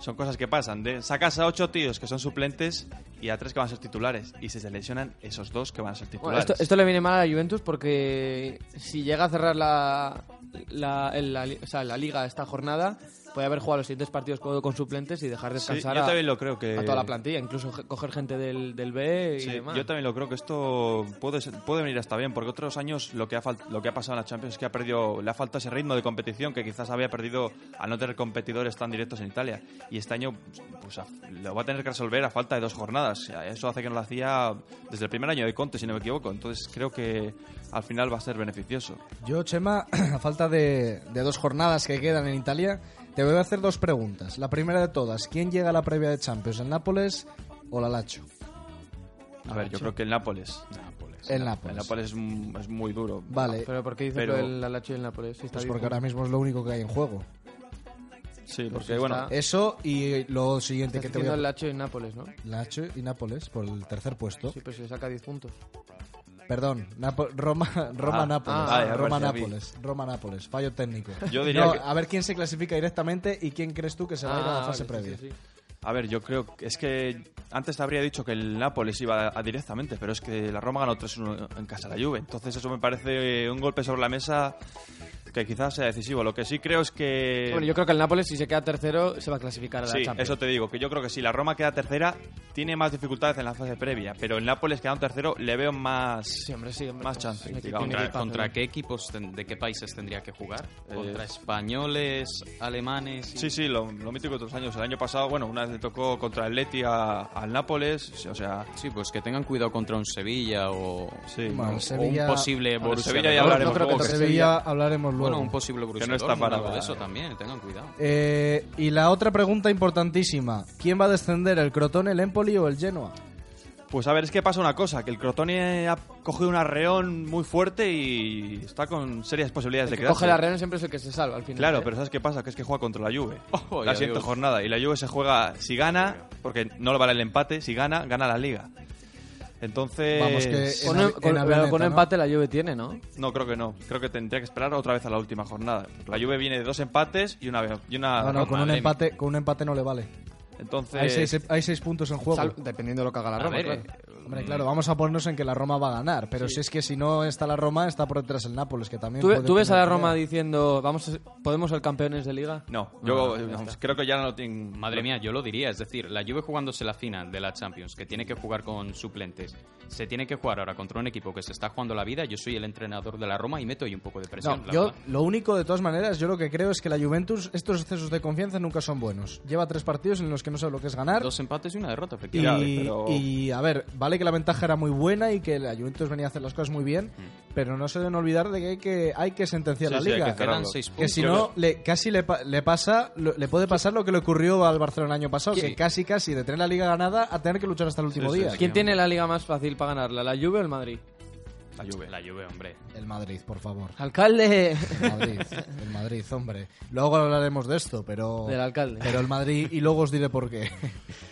Speaker 5: Son cosas que pasan. De, sacas a ocho tíos que son suplentes y a tres que van a ser titulares. Y si se lesionan esos dos que van a ser
Speaker 4: Bueno,
Speaker 5: titulares.
Speaker 4: esto, esto le viene mal a la Juventus porque si llega a cerrar la, la, el- la li- o sea, la liga esta jornada, puede haber jugado los siguientes partidos con, con suplentes y dejar
Speaker 5: Sí,
Speaker 4: descansar
Speaker 5: yo
Speaker 4: a-
Speaker 5: también lo creo que...
Speaker 4: a toda la plantilla, incluso ge- coger gente del, del B y
Speaker 5: Sí,
Speaker 4: demás.
Speaker 5: yo también lo creo que esto puede, ser- puede venir hasta bien, porque otros años lo que, ha fal- lo que ha pasado en la Champions es que ha perdido, le ha faltado ese ritmo de competición que quizás había perdido al no tener competidores tan directos en Italia. Y este año pues, a- lo va a tener que resolver a falta de dos jornadas. Eso hace que no lo hacía desde el primer año de Conte, si no me equivoco. Entonces creo que al final va a ser beneficioso.
Speaker 1: Yo, Chema, a falta de, de dos jornadas que quedan en Italia, te voy a hacer dos preguntas. La primera de todas, ¿quién llega a la previa de Champions, el Nápoles o la Lacho?
Speaker 5: A ver, yo creo que el Nápoles.
Speaker 1: El
Speaker 5: El
Speaker 1: Nápoles.
Speaker 5: Nápoles es, un- es muy duro.
Speaker 1: Vale,
Speaker 4: Pues Pero ¿por qué dices
Speaker 5: Pero-
Speaker 4: lo del Alacho y el Nápoles? Si está
Speaker 1: pues
Speaker 4: bien.
Speaker 1: porque ahora mismo es lo único que hay en juego.
Speaker 5: Sí, porque
Speaker 4: está-
Speaker 5: bueno,
Speaker 1: Eso y lo siguiente
Speaker 4: Estás
Speaker 1: que te voy
Speaker 4: diciendo el
Speaker 1: a...
Speaker 4: Alacho y el Nápoles, ¿no?
Speaker 1: Lacho y Nápoles por el tercer puesto.
Speaker 4: Sí, pero si le saca 10 puntos.
Speaker 1: Perdón, Napo- Roma, <laughs> Roma Nápoles.
Speaker 4: ah,
Speaker 5: ya
Speaker 1: Roma
Speaker 5: parecía a mí.
Speaker 1: Nápoles. Roma Nápoles. Fallo técnico.
Speaker 5: Yo diría
Speaker 1: No,
Speaker 5: que-
Speaker 1: A ver quién se clasifica directamente y quién crees tú que se va a ir a la fase
Speaker 4: Ah, vale,
Speaker 1: previa.
Speaker 4: sí, sí, sí.
Speaker 5: A ver, yo creo que es que antes te habría dicho que el Nápoles iba a- directamente, pero es que la Roma ganó 3-1 en casa a la Juve. Entonces eso me parece un golpe sobre la mesa que quizás sea decisivo. Lo que sí creo es que...
Speaker 4: Hombre, yo creo que el Nápoles, si se queda tercero, se va a clasificar a la
Speaker 5: Sí,
Speaker 4: Champions.
Speaker 5: eso te digo, que yo creo que si la Roma queda tercera, tiene más dificultades en la fase previa, pero el Nápoles quedando tercero le veo más...
Speaker 4: Sí, hombre, sí, hombre,
Speaker 5: Más
Speaker 4: pues,
Speaker 5: chance,
Speaker 4: un equipo-
Speaker 5: digamos.
Speaker 4: un
Speaker 3: ¿Contra,
Speaker 4: equipazo,
Speaker 3: contra
Speaker 4: ¿no?
Speaker 3: qué equipos, ten- de qué países tendría que jugar?
Speaker 5: Eh,
Speaker 3: ¿Contra españoles, alemanes? y-
Speaker 5: Sí, sí, lo, lo mítico de otros años. El año pasado, bueno, una vez le tocó contra el Leti a- al Nápoles, o sea...
Speaker 3: Sí, pues que tengan cuidado contra un Sevilla o,
Speaker 5: Sí,
Speaker 3: o
Speaker 1: Bueno,
Speaker 5: no,
Speaker 1: el Sevilla-
Speaker 3: un posible
Speaker 5: Bueno,
Speaker 3: Borussia
Speaker 5: Sevilla ya
Speaker 3: Dortmund.
Speaker 5: hablaremos
Speaker 4: creo que pues-
Speaker 5: luego,
Speaker 4: toque
Speaker 5: que-
Speaker 1: Sevilla hablaremos luego.
Speaker 3: Bueno, un posible Borussia
Speaker 5: no está
Speaker 3: Dortmund,
Speaker 5: para-
Speaker 3: algo de eso también, tengan cuidado.
Speaker 1: Eh, y la otra pregunta importantísima. ¿Quién va a descender, el Crotón, el Empoli o el Genoa?
Speaker 5: Pues a ver, es que pasa una cosa, que el Crotone ha cogido un arreón muy fuerte y está con serias posibilidades
Speaker 4: El
Speaker 5: de
Speaker 4: que
Speaker 5: quedarse.
Speaker 4: coge la Real siempre es el que se salva al final.
Speaker 5: Claro,
Speaker 4: ¿eh?
Speaker 5: pero ¿sabes qué pasa? Que es que juega contra
Speaker 1: <laughs>
Speaker 5: la Juve.
Speaker 3: Oh,
Speaker 5: la
Speaker 3: ya
Speaker 5: siguiente
Speaker 3: Dios.
Speaker 5: jornada. Y la Juve se juega, si gana, porque no le vale el empate, si gana, gana la Liga. Entonces...
Speaker 1: Vamos, que-
Speaker 4: Con,
Speaker 1: en
Speaker 4: un-
Speaker 1: Avi- en
Speaker 4: con- pero
Speaker 1: Avianeta,
Speaker 4: con un
Speaker 1: ¿no?
Speaker 4: empate la Juve tiene, ¿no?
Speaker 5: No, creo que no. Creo que tendría que esperar otra vez a la última jornada. La Juve viene de dos empates y una... Y
Speaker 4: Ah,
Speaker 5: una
Speaker 1: No, no, con un
Speaker 3: madre
Speaker 1: empate, con un empate no le vale.
Speaker 5: Entonces...
Speaker 1: Hay seis, hay seis puntos en juego.
Speaker 4: Sal- Mm. dependiendo de lo que haga la
Speaker 3: A
Speaker 4: Roma,
Speaker 3: ver,
Speaker 4: claro.
Speaker 3: eh,
Speaker 1: Hombre, claro, vamos a ponernos en que la Roma va a ganar, pero si es que si no está la Roma, está por detrás el Nápoles, que también...
Speaker 4: ¿Tú,
Speaker 1: puede
Speaker 4: tú ves a
Speaker 1: tener
Speaker 4: la
Speaker 1: pelea.
Speaker 4: Roma diciendo, vamos a ser- ¿podemos ser campeones de liga?
Speaker 5: No, yo creo que ya no tienen.
Speaker 3: Madre mía, yo lo diría. Es decir, la Juve jugándose la final de la Champions, que tiene que jugar con suplentes, se tiene que jugar ahora contra un equipo que se está jugando la vida. Yo soy el entrenador de la Roma y meto ahí un poco de presión.
Speaker 1: No,
Speaker 3: la
Speaker 1: yo
Speaker 3: verdad.
Speaker 1: lo único de todas maneras, yo lo que creo es que la Juventus, estos excesos de confianza nunca son buenos. Lleva tres partidos en los que no sabe lo que es ganar.
Speaker 3: Dos empates y una derrota,
Speaker 1: Y,
Speaker 3: efectivamente.
Speaker 5: Grave, pero-
Speaker 1: y, a ver, vale que la ventaja era muy buena y que la Juventus venía a hacer las cosas muy bien, pero no se deben olvidar de que hay que, hay que sentenciar
Speaker 5: Mm. Sí,
Speaker 1: la
Speaker 5: sí, hay
Speaker 1: liga.
Speaker 5: que cerrarlo.
Speaker 3: Quedan seis
Speaker 1: que
Speaker 3: puntos.
Speaker 1: si no, le, casi le, pa- le pasa, lo- le puede pasar lo que le ocurrió al Barcelona el año pasado,
Speaker 3: ¿Quién?
Speaker 1: que casi, casi de tener la liga ganada a tener que luchar hasta el último
Speaker 5: sí,
Speaker 1: día.
Speaker 5: sí.
Speaker 4: ¿Quién tiene la liga más fácil para ganarla, la Juve o el Madrid?
Speaker 5: La Juve.
Speaker 3: La Juve, hombre.
Speaker 1: El Madrid, por favor.
Speaker 4: Alcalde.
Speaker 1: Ah, El Madrid, el Madrid, hombre. Luego hablaremos de esto, pero.
Speaker 4: Del alcalde.
Speaker 1: Pero el Madrid, y luego os diré por
Speaker 5: <laughs>
Speaker 1: qué.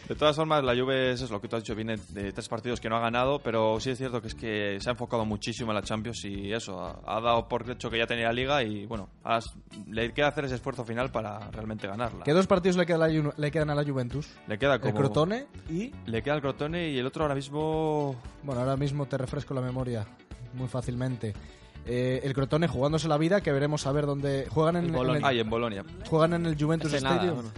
Speaker 5: De todas formas, la Juve, eso es lo que tú has dicho, viene de tres partidos que no ha ganado, pero sí es cierto que es que se ha enfocado muchísimo en la Champions y eso, ha, ha dado por hecho que ya tenía la liga y bueno, ahora s- le queda hacer ese esfuerzo final para realmente ganarla.
Speaker 1: ¿Qué dos partidos le, queda a la Ju- le quedan a la Juventus?
Speaker 5: Le queda como...
Speaker 1: El Crotone y.
Speaker 5: Le queda el Crotone y el otro ahora mismo...
Speaker 1: Bueno, ahora mismo te refresco la memoria muy fácilmente. Eh, el Crotone jugándose la vida, que veremos a ver dónde. Juegan en en el,
Speaker 5: Ay, en Bolonia.
Speaker 1: juegan en el Juventus
Speaker 4: Hace nada,
Speaker 1: Stadium.
Speaker 4: bueno.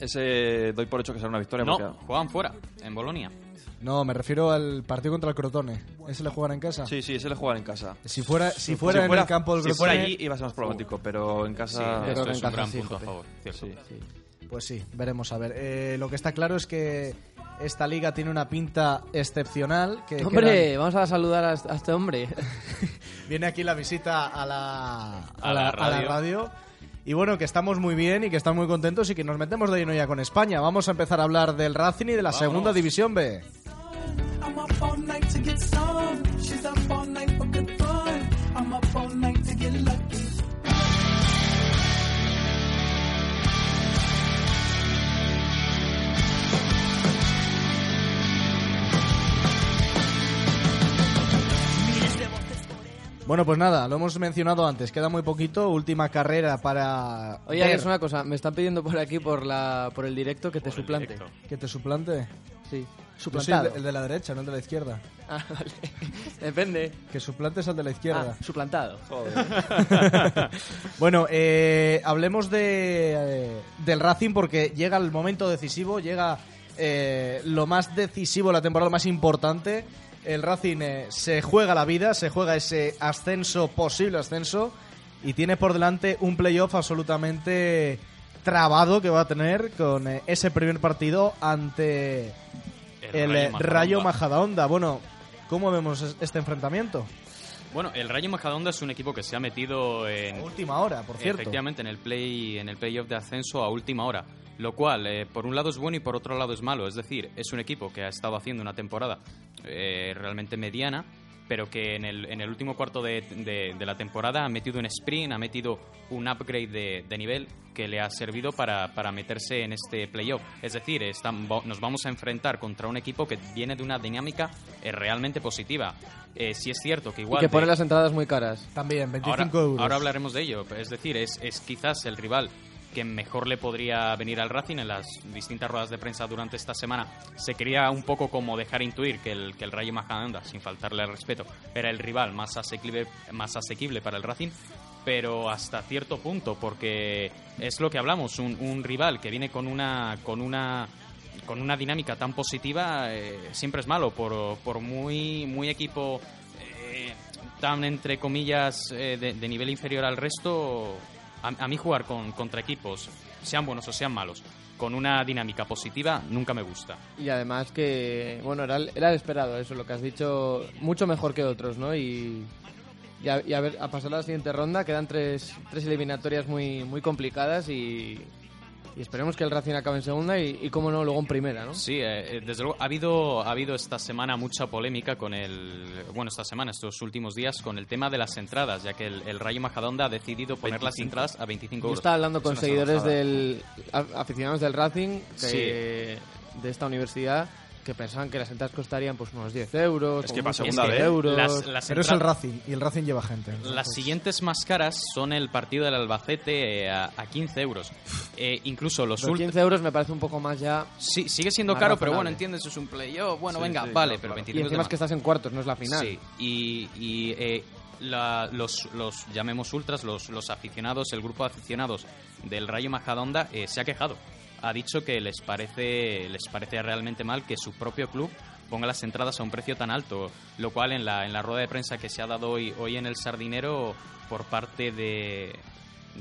Speaker 5: Ese doy por hecho que será una victoria.
Speaker 3: No,
Speaker 5: porque-
Speaker 3: juegan fuera, en Bolonia.
Speaker 1: No, me refiero al partido contra el Crotone. ¿Ese le juegan en casa?
Speaker 5: Sí, sí, ese le juegan en casa.
Speaker 1: Si fuera, si fuera en el campo del
Speaker 5: si fuera
Speaker 1: Crotone,
Speaker 5: allí iba a ser más problemático, pero en
Speaker 3: Sí,
Speaker 5: casa...
Speaker 4: creo
Speaker 3: esto
Speaker 4: que
Speaker 3: es un
Speaker 4: encaja,
Speaker 3: gran
Speaker 4: sí,
Speaker 3: punto a
Speaker 4: jope.
Speaker 3: favor. cierto.
Speaker 5: Sí.
Speaker 1: Pues sí, veremos a ver. Eh, lo que está claro es que esta liga tiene una pinta excepcional. Que
Speaker 4: Hombre,
Speaker 1: quedan-
Speaker 4: vamos a saludar a, a este <laughs> hombre.
Speaker 1: viene aquí la visita a la,
Speaker 3: A la radio.
Speaker 1: radio. Y bueno, que estamos muy bien y que estamos muy contentos y que nos metemos de lleno ya con España. Vamos a empezar a hablar del Racing y de la
Speaker 3: Vámonos.
Speaker 1: segunda división B.
Speaker 7: I'm up all night to get some. She's up all night for good fun. I'm up all night to get lucky.
Speaker 1: Bueno, pues nada, lo hemos mencionado antes. Queda muy poquito. Última carrera para.
Speaker 4: Oye,
Speaker 1: ver
Speaker 4: es una cosa, me están pidiendo por aquí, por la por el directo, que te suplante.
Speaker 3: Directo.
Speaker 1: que te suplante.
Speaker 4: Sí.
Speaker 1: Yo soy el
Speaker 4: Suplantado.
Speaker 1: de- el de la derecha, no el de la izquierda.
Speaker 4: <laughs> Ah, vale. <laughs> Depende.
Speaker 1: Que suplantes al de la izquierda.
Speaker 4: Ah, suplantado.
Speaker 1: <laughs> Bueno, eh, hablemos de, eh, del Racing porque llega el momento decisivo, llega eh, lo más decisivo, la temporada más importante. El Racing eh, se juega la vida, se juega ese ascenso, posible ascenso, y tiene por delante un playoff absolutamente trabado que va a tener con eh, ese primer partido ante el, eh, Rayo Majadahonda.
Speaker 3: Majadahonda.
Speaker 1: Bueno, ¿cómo vemos es- este enfrentamiento?
Speaker 3: Bueno, el Rayo Majadahonda es un equipo que se ha metido
Speaker 1: A
Speaker 3: en,
Speaker 1: última hora, por cierto.
Speaker 3: Efectivamente, en el play, en el playoff de ascenso a última hora. Lo cual, eh, por un lado es bueno y por otro lado es malo. Es decir, es un equipo que ha estado haciendo una temporada eh, realmente mediana, pero que en el, en el último cuarto de, de- de la temporada ha metido un sprint, ha metido un upgrade de, de nivel que le ha servido para, para meterse en este playoff. Es decir, están- va- nos vamos a enfrentar contra un equipo que viene de una dinámica eh, realmente positiva. Eh, si es cierto que
Speaker 4: Y
Speaker 3: igual...
Speaker 4: que
Speaker 3: de-
Speaker 4: pone las entradas muy caras.
Speaker 1: También, 25
Speaker 3: Ahora,
Speaker 1: euros.
Speaker 3: ahora hablaremos de ello. Es decir, es, es quizás el rival que mejor le podría venir al Racing en las distintas ruedas de prensa durante esta semana. Se quería un poco como dejar intuir que el, que el Rayo Majadahonda, sin faltarle al respeto, era el rival más asequible, más asequible para el Racing, pero hasta cierto punto, porque es lo que hablamos, un, un rival que viene con una, con una con una dinámica tan positiva eh, siempre es malo por, por muy muy equipo eh, tan entre comillas eh, de, de nivel inferior al resto a, a mí jugar con contra equipos sean buenos o sean malos con una dinámica positiva nunca me gusta
Speaker 4: Y además que, bueno, era, el- era el esperado, eso, lo que has dicho, mucho mejor que otros, ¿no? Y, y, a, y a ver, a pasar a la siguiente ronda, quedan tres, tres eliminatorias muy, muy complicadas y, y esperemos que el Racing acabe en segunda y, y como no, luego en primera, ¿no?
Speaker 3: Sí, eh, eh, desde luego ha habido, ha habido esta semana mucha polémica con el. Bueno, esta semana, estos últimos días, con el tema de las entradas, ya que el, el Rayo Majadahonda ha decidido poner las entradas a 25
Speaker 4: Yo
Speaker 3: euros.
Speaker 4: estaba hablando con
Speaker 5: Es una
Speaker 4: seguidores
Speaker 5: salvajada.
Speaker 4: del a- aficionados del Racing que- de esta universidad que pensaban que las entradas costarían pues unos 10 euros.
Speaker 5: Es
Speaker 4: o
Speaker 5: que para
Speaker 4: unos
Speaker 5: segunda
Speaker 4: 15
Speaker 5: vez,
Speaker 4: euros.
Speaker 3: Las, las
Speaker 1: Pero es el
Speaker 3: entra-
Speaker 1: Racing, y el Racing lleva gente. Pues
Speaker 3: Las siguientes más caras son el partido del Albacete eh, a, a 15 euros. Eh, incluso los
Speaker 4: Pero
Speaker 3: ult-
Speaker 4: 15 euros me parece un poco más ya.
Speaker 3: Sí, sigue siendo
Speaker 4: Más
Speaker 3: caro,
Speaker 4: razonable.
Speaker 3: pero bueno, entiendes, es un playoff. Bueno,
Speaker 5: Ah, Sí,
Speaker 3: venga,
Speaker 5: sí,
Speaker 3: vale,
Speaker 5: claro,
Speaker 3: pero
Speaker 5: claro.
Speaker 3: 25
Speaker 4: Y encima es que estás en cuartos, no es la final.
Speaker 3: Sí, y, y, eh, la- los, los, llamemos ultras, los, los aficionados, el grupo de aficionados del Rayo Majadahonda eh, se ha quejado. Ha dicho que les parece, les parece realmente mal que su propio club ponga las entradas a un precio tan alto, lo cual en la, en la rueda de prensa que se ha dado hoy, hoy en el Sardinero por parte de,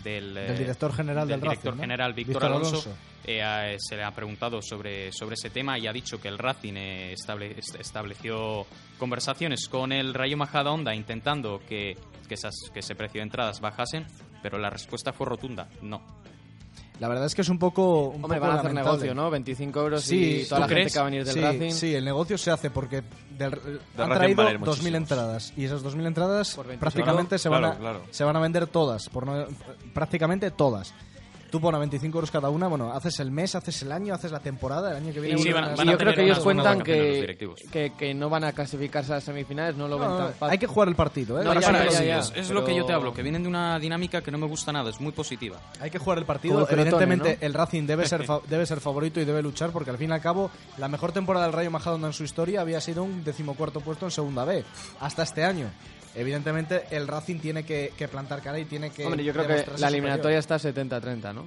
Speaker 3: del, eh,
Speaker 1: Del director general del
Speaker 3: director
Speaker 1: Racing, ¿no?
Speaker 3: general Víctor,
Speaker 1: Víctor
Speaker 3: Alonso,
Speaker 1: Alonso.
Speaker 3: eh, a- se le ha preguntado sobre, sobre ese tema y ha dicho que el Racing eh, estable- est- estableció conversaciones con el Rayo Majadahonda intentando que, que, esas, que ese precio de entradas bajasen, pero la respuesta fue rotunda, no.
Speaker 1: La verdad es que es un poco. Un
Speaker 4: Hombre,
Speaker 1: poco
Speaker 4: van a hacer
Speaker 1: lamentable.
Speaker 4: negocio, ¿no? 25 euros
Speaker 1: Sí,
Speaker 4: y toda
Speaker 3: ¿tú
Speaker 4: la
Speaker 3: crees?
Speaker 4: gente que va a venir del
Speaker 1: sí,
Speaker 4: Racing.
Speaker 1: sí, el negocio se hace porque del- eh, han
Speaker 5: Racing
Speaker 1: traído
Speaker 5: valen
Speaker 1: 2.000
Speaker 5: muchísimos.
Speaker 1: entradas y esas 2.000 entradas
Speaker 4: Por 25.
Speaker 1: prácticamente se, van
Speaker 5: Claro,
Speaker 1: a,
Speaker 5: claro.
Speaker 1: se van a vender todas, por no- prácticamente todas. Tú pon a 25 euros cada una, bueno, haces el mes, haces el año, haces la temporada, el año que viene...
Speaker 3: Sí,
Speaker 1: vuelven
Speaker 3: van a-
Speaker 1: a-
Speaker 4: Y yo
Speaker 3: tener
Speaker 4: creo que ellos
Speaker 3: unas- unas
Speaker 4: cuentan
Speaker 3: vacaciones los
Speaker 4: que,
Speaker 3: directivos.
Speaker 4: que, que no van a clasificarse a las semifinales, no lo ven
Speaker 1: No,
Speaker 4: tan
Speaker 1: no,
Speaker 4: fácil.
Speaker 1: hay que jugar el partido, ¿eh?
Speaker 4: No,
Speaker 1: Hay
Speaker 4: ya,
Speaker 1: que-
Speaker 4: ya,
Speaker 3: es
Speaker 4: ya.
Speaker 3: es lo que yo te
Speaker 4: pero-
Speaker 3: hablo, que vienen de una dinámica que no me gusta nada, es muy positiva.
Speaker 1: Hay que jugar el
Speaker 4: Como
Speaker 1: partido.
Speaker 4: el pelotón,
Speaker 1: Evidentemente,
Speaker 4: ¿no?
Speaker 1: el Racing debe
Speaker 4: <laughs>
Speaker 1: ser, fa- debe ser favorito y debe luchar porque, al fin y al cabo, la mejor temporada del Rayo Majadahonda en su historia había sido un decimocuarto puesto en Segunda B, hasta este año. Evidentemente, el Racing tiene que, que plantar cara y tiene que.
Speaker 4: Hombre, yo creo que
Speaker 1: demostrarse
Speaker 4: la
Speaker 1: superior.
Speaker 4: eliminatoria está 70-30, ¿no?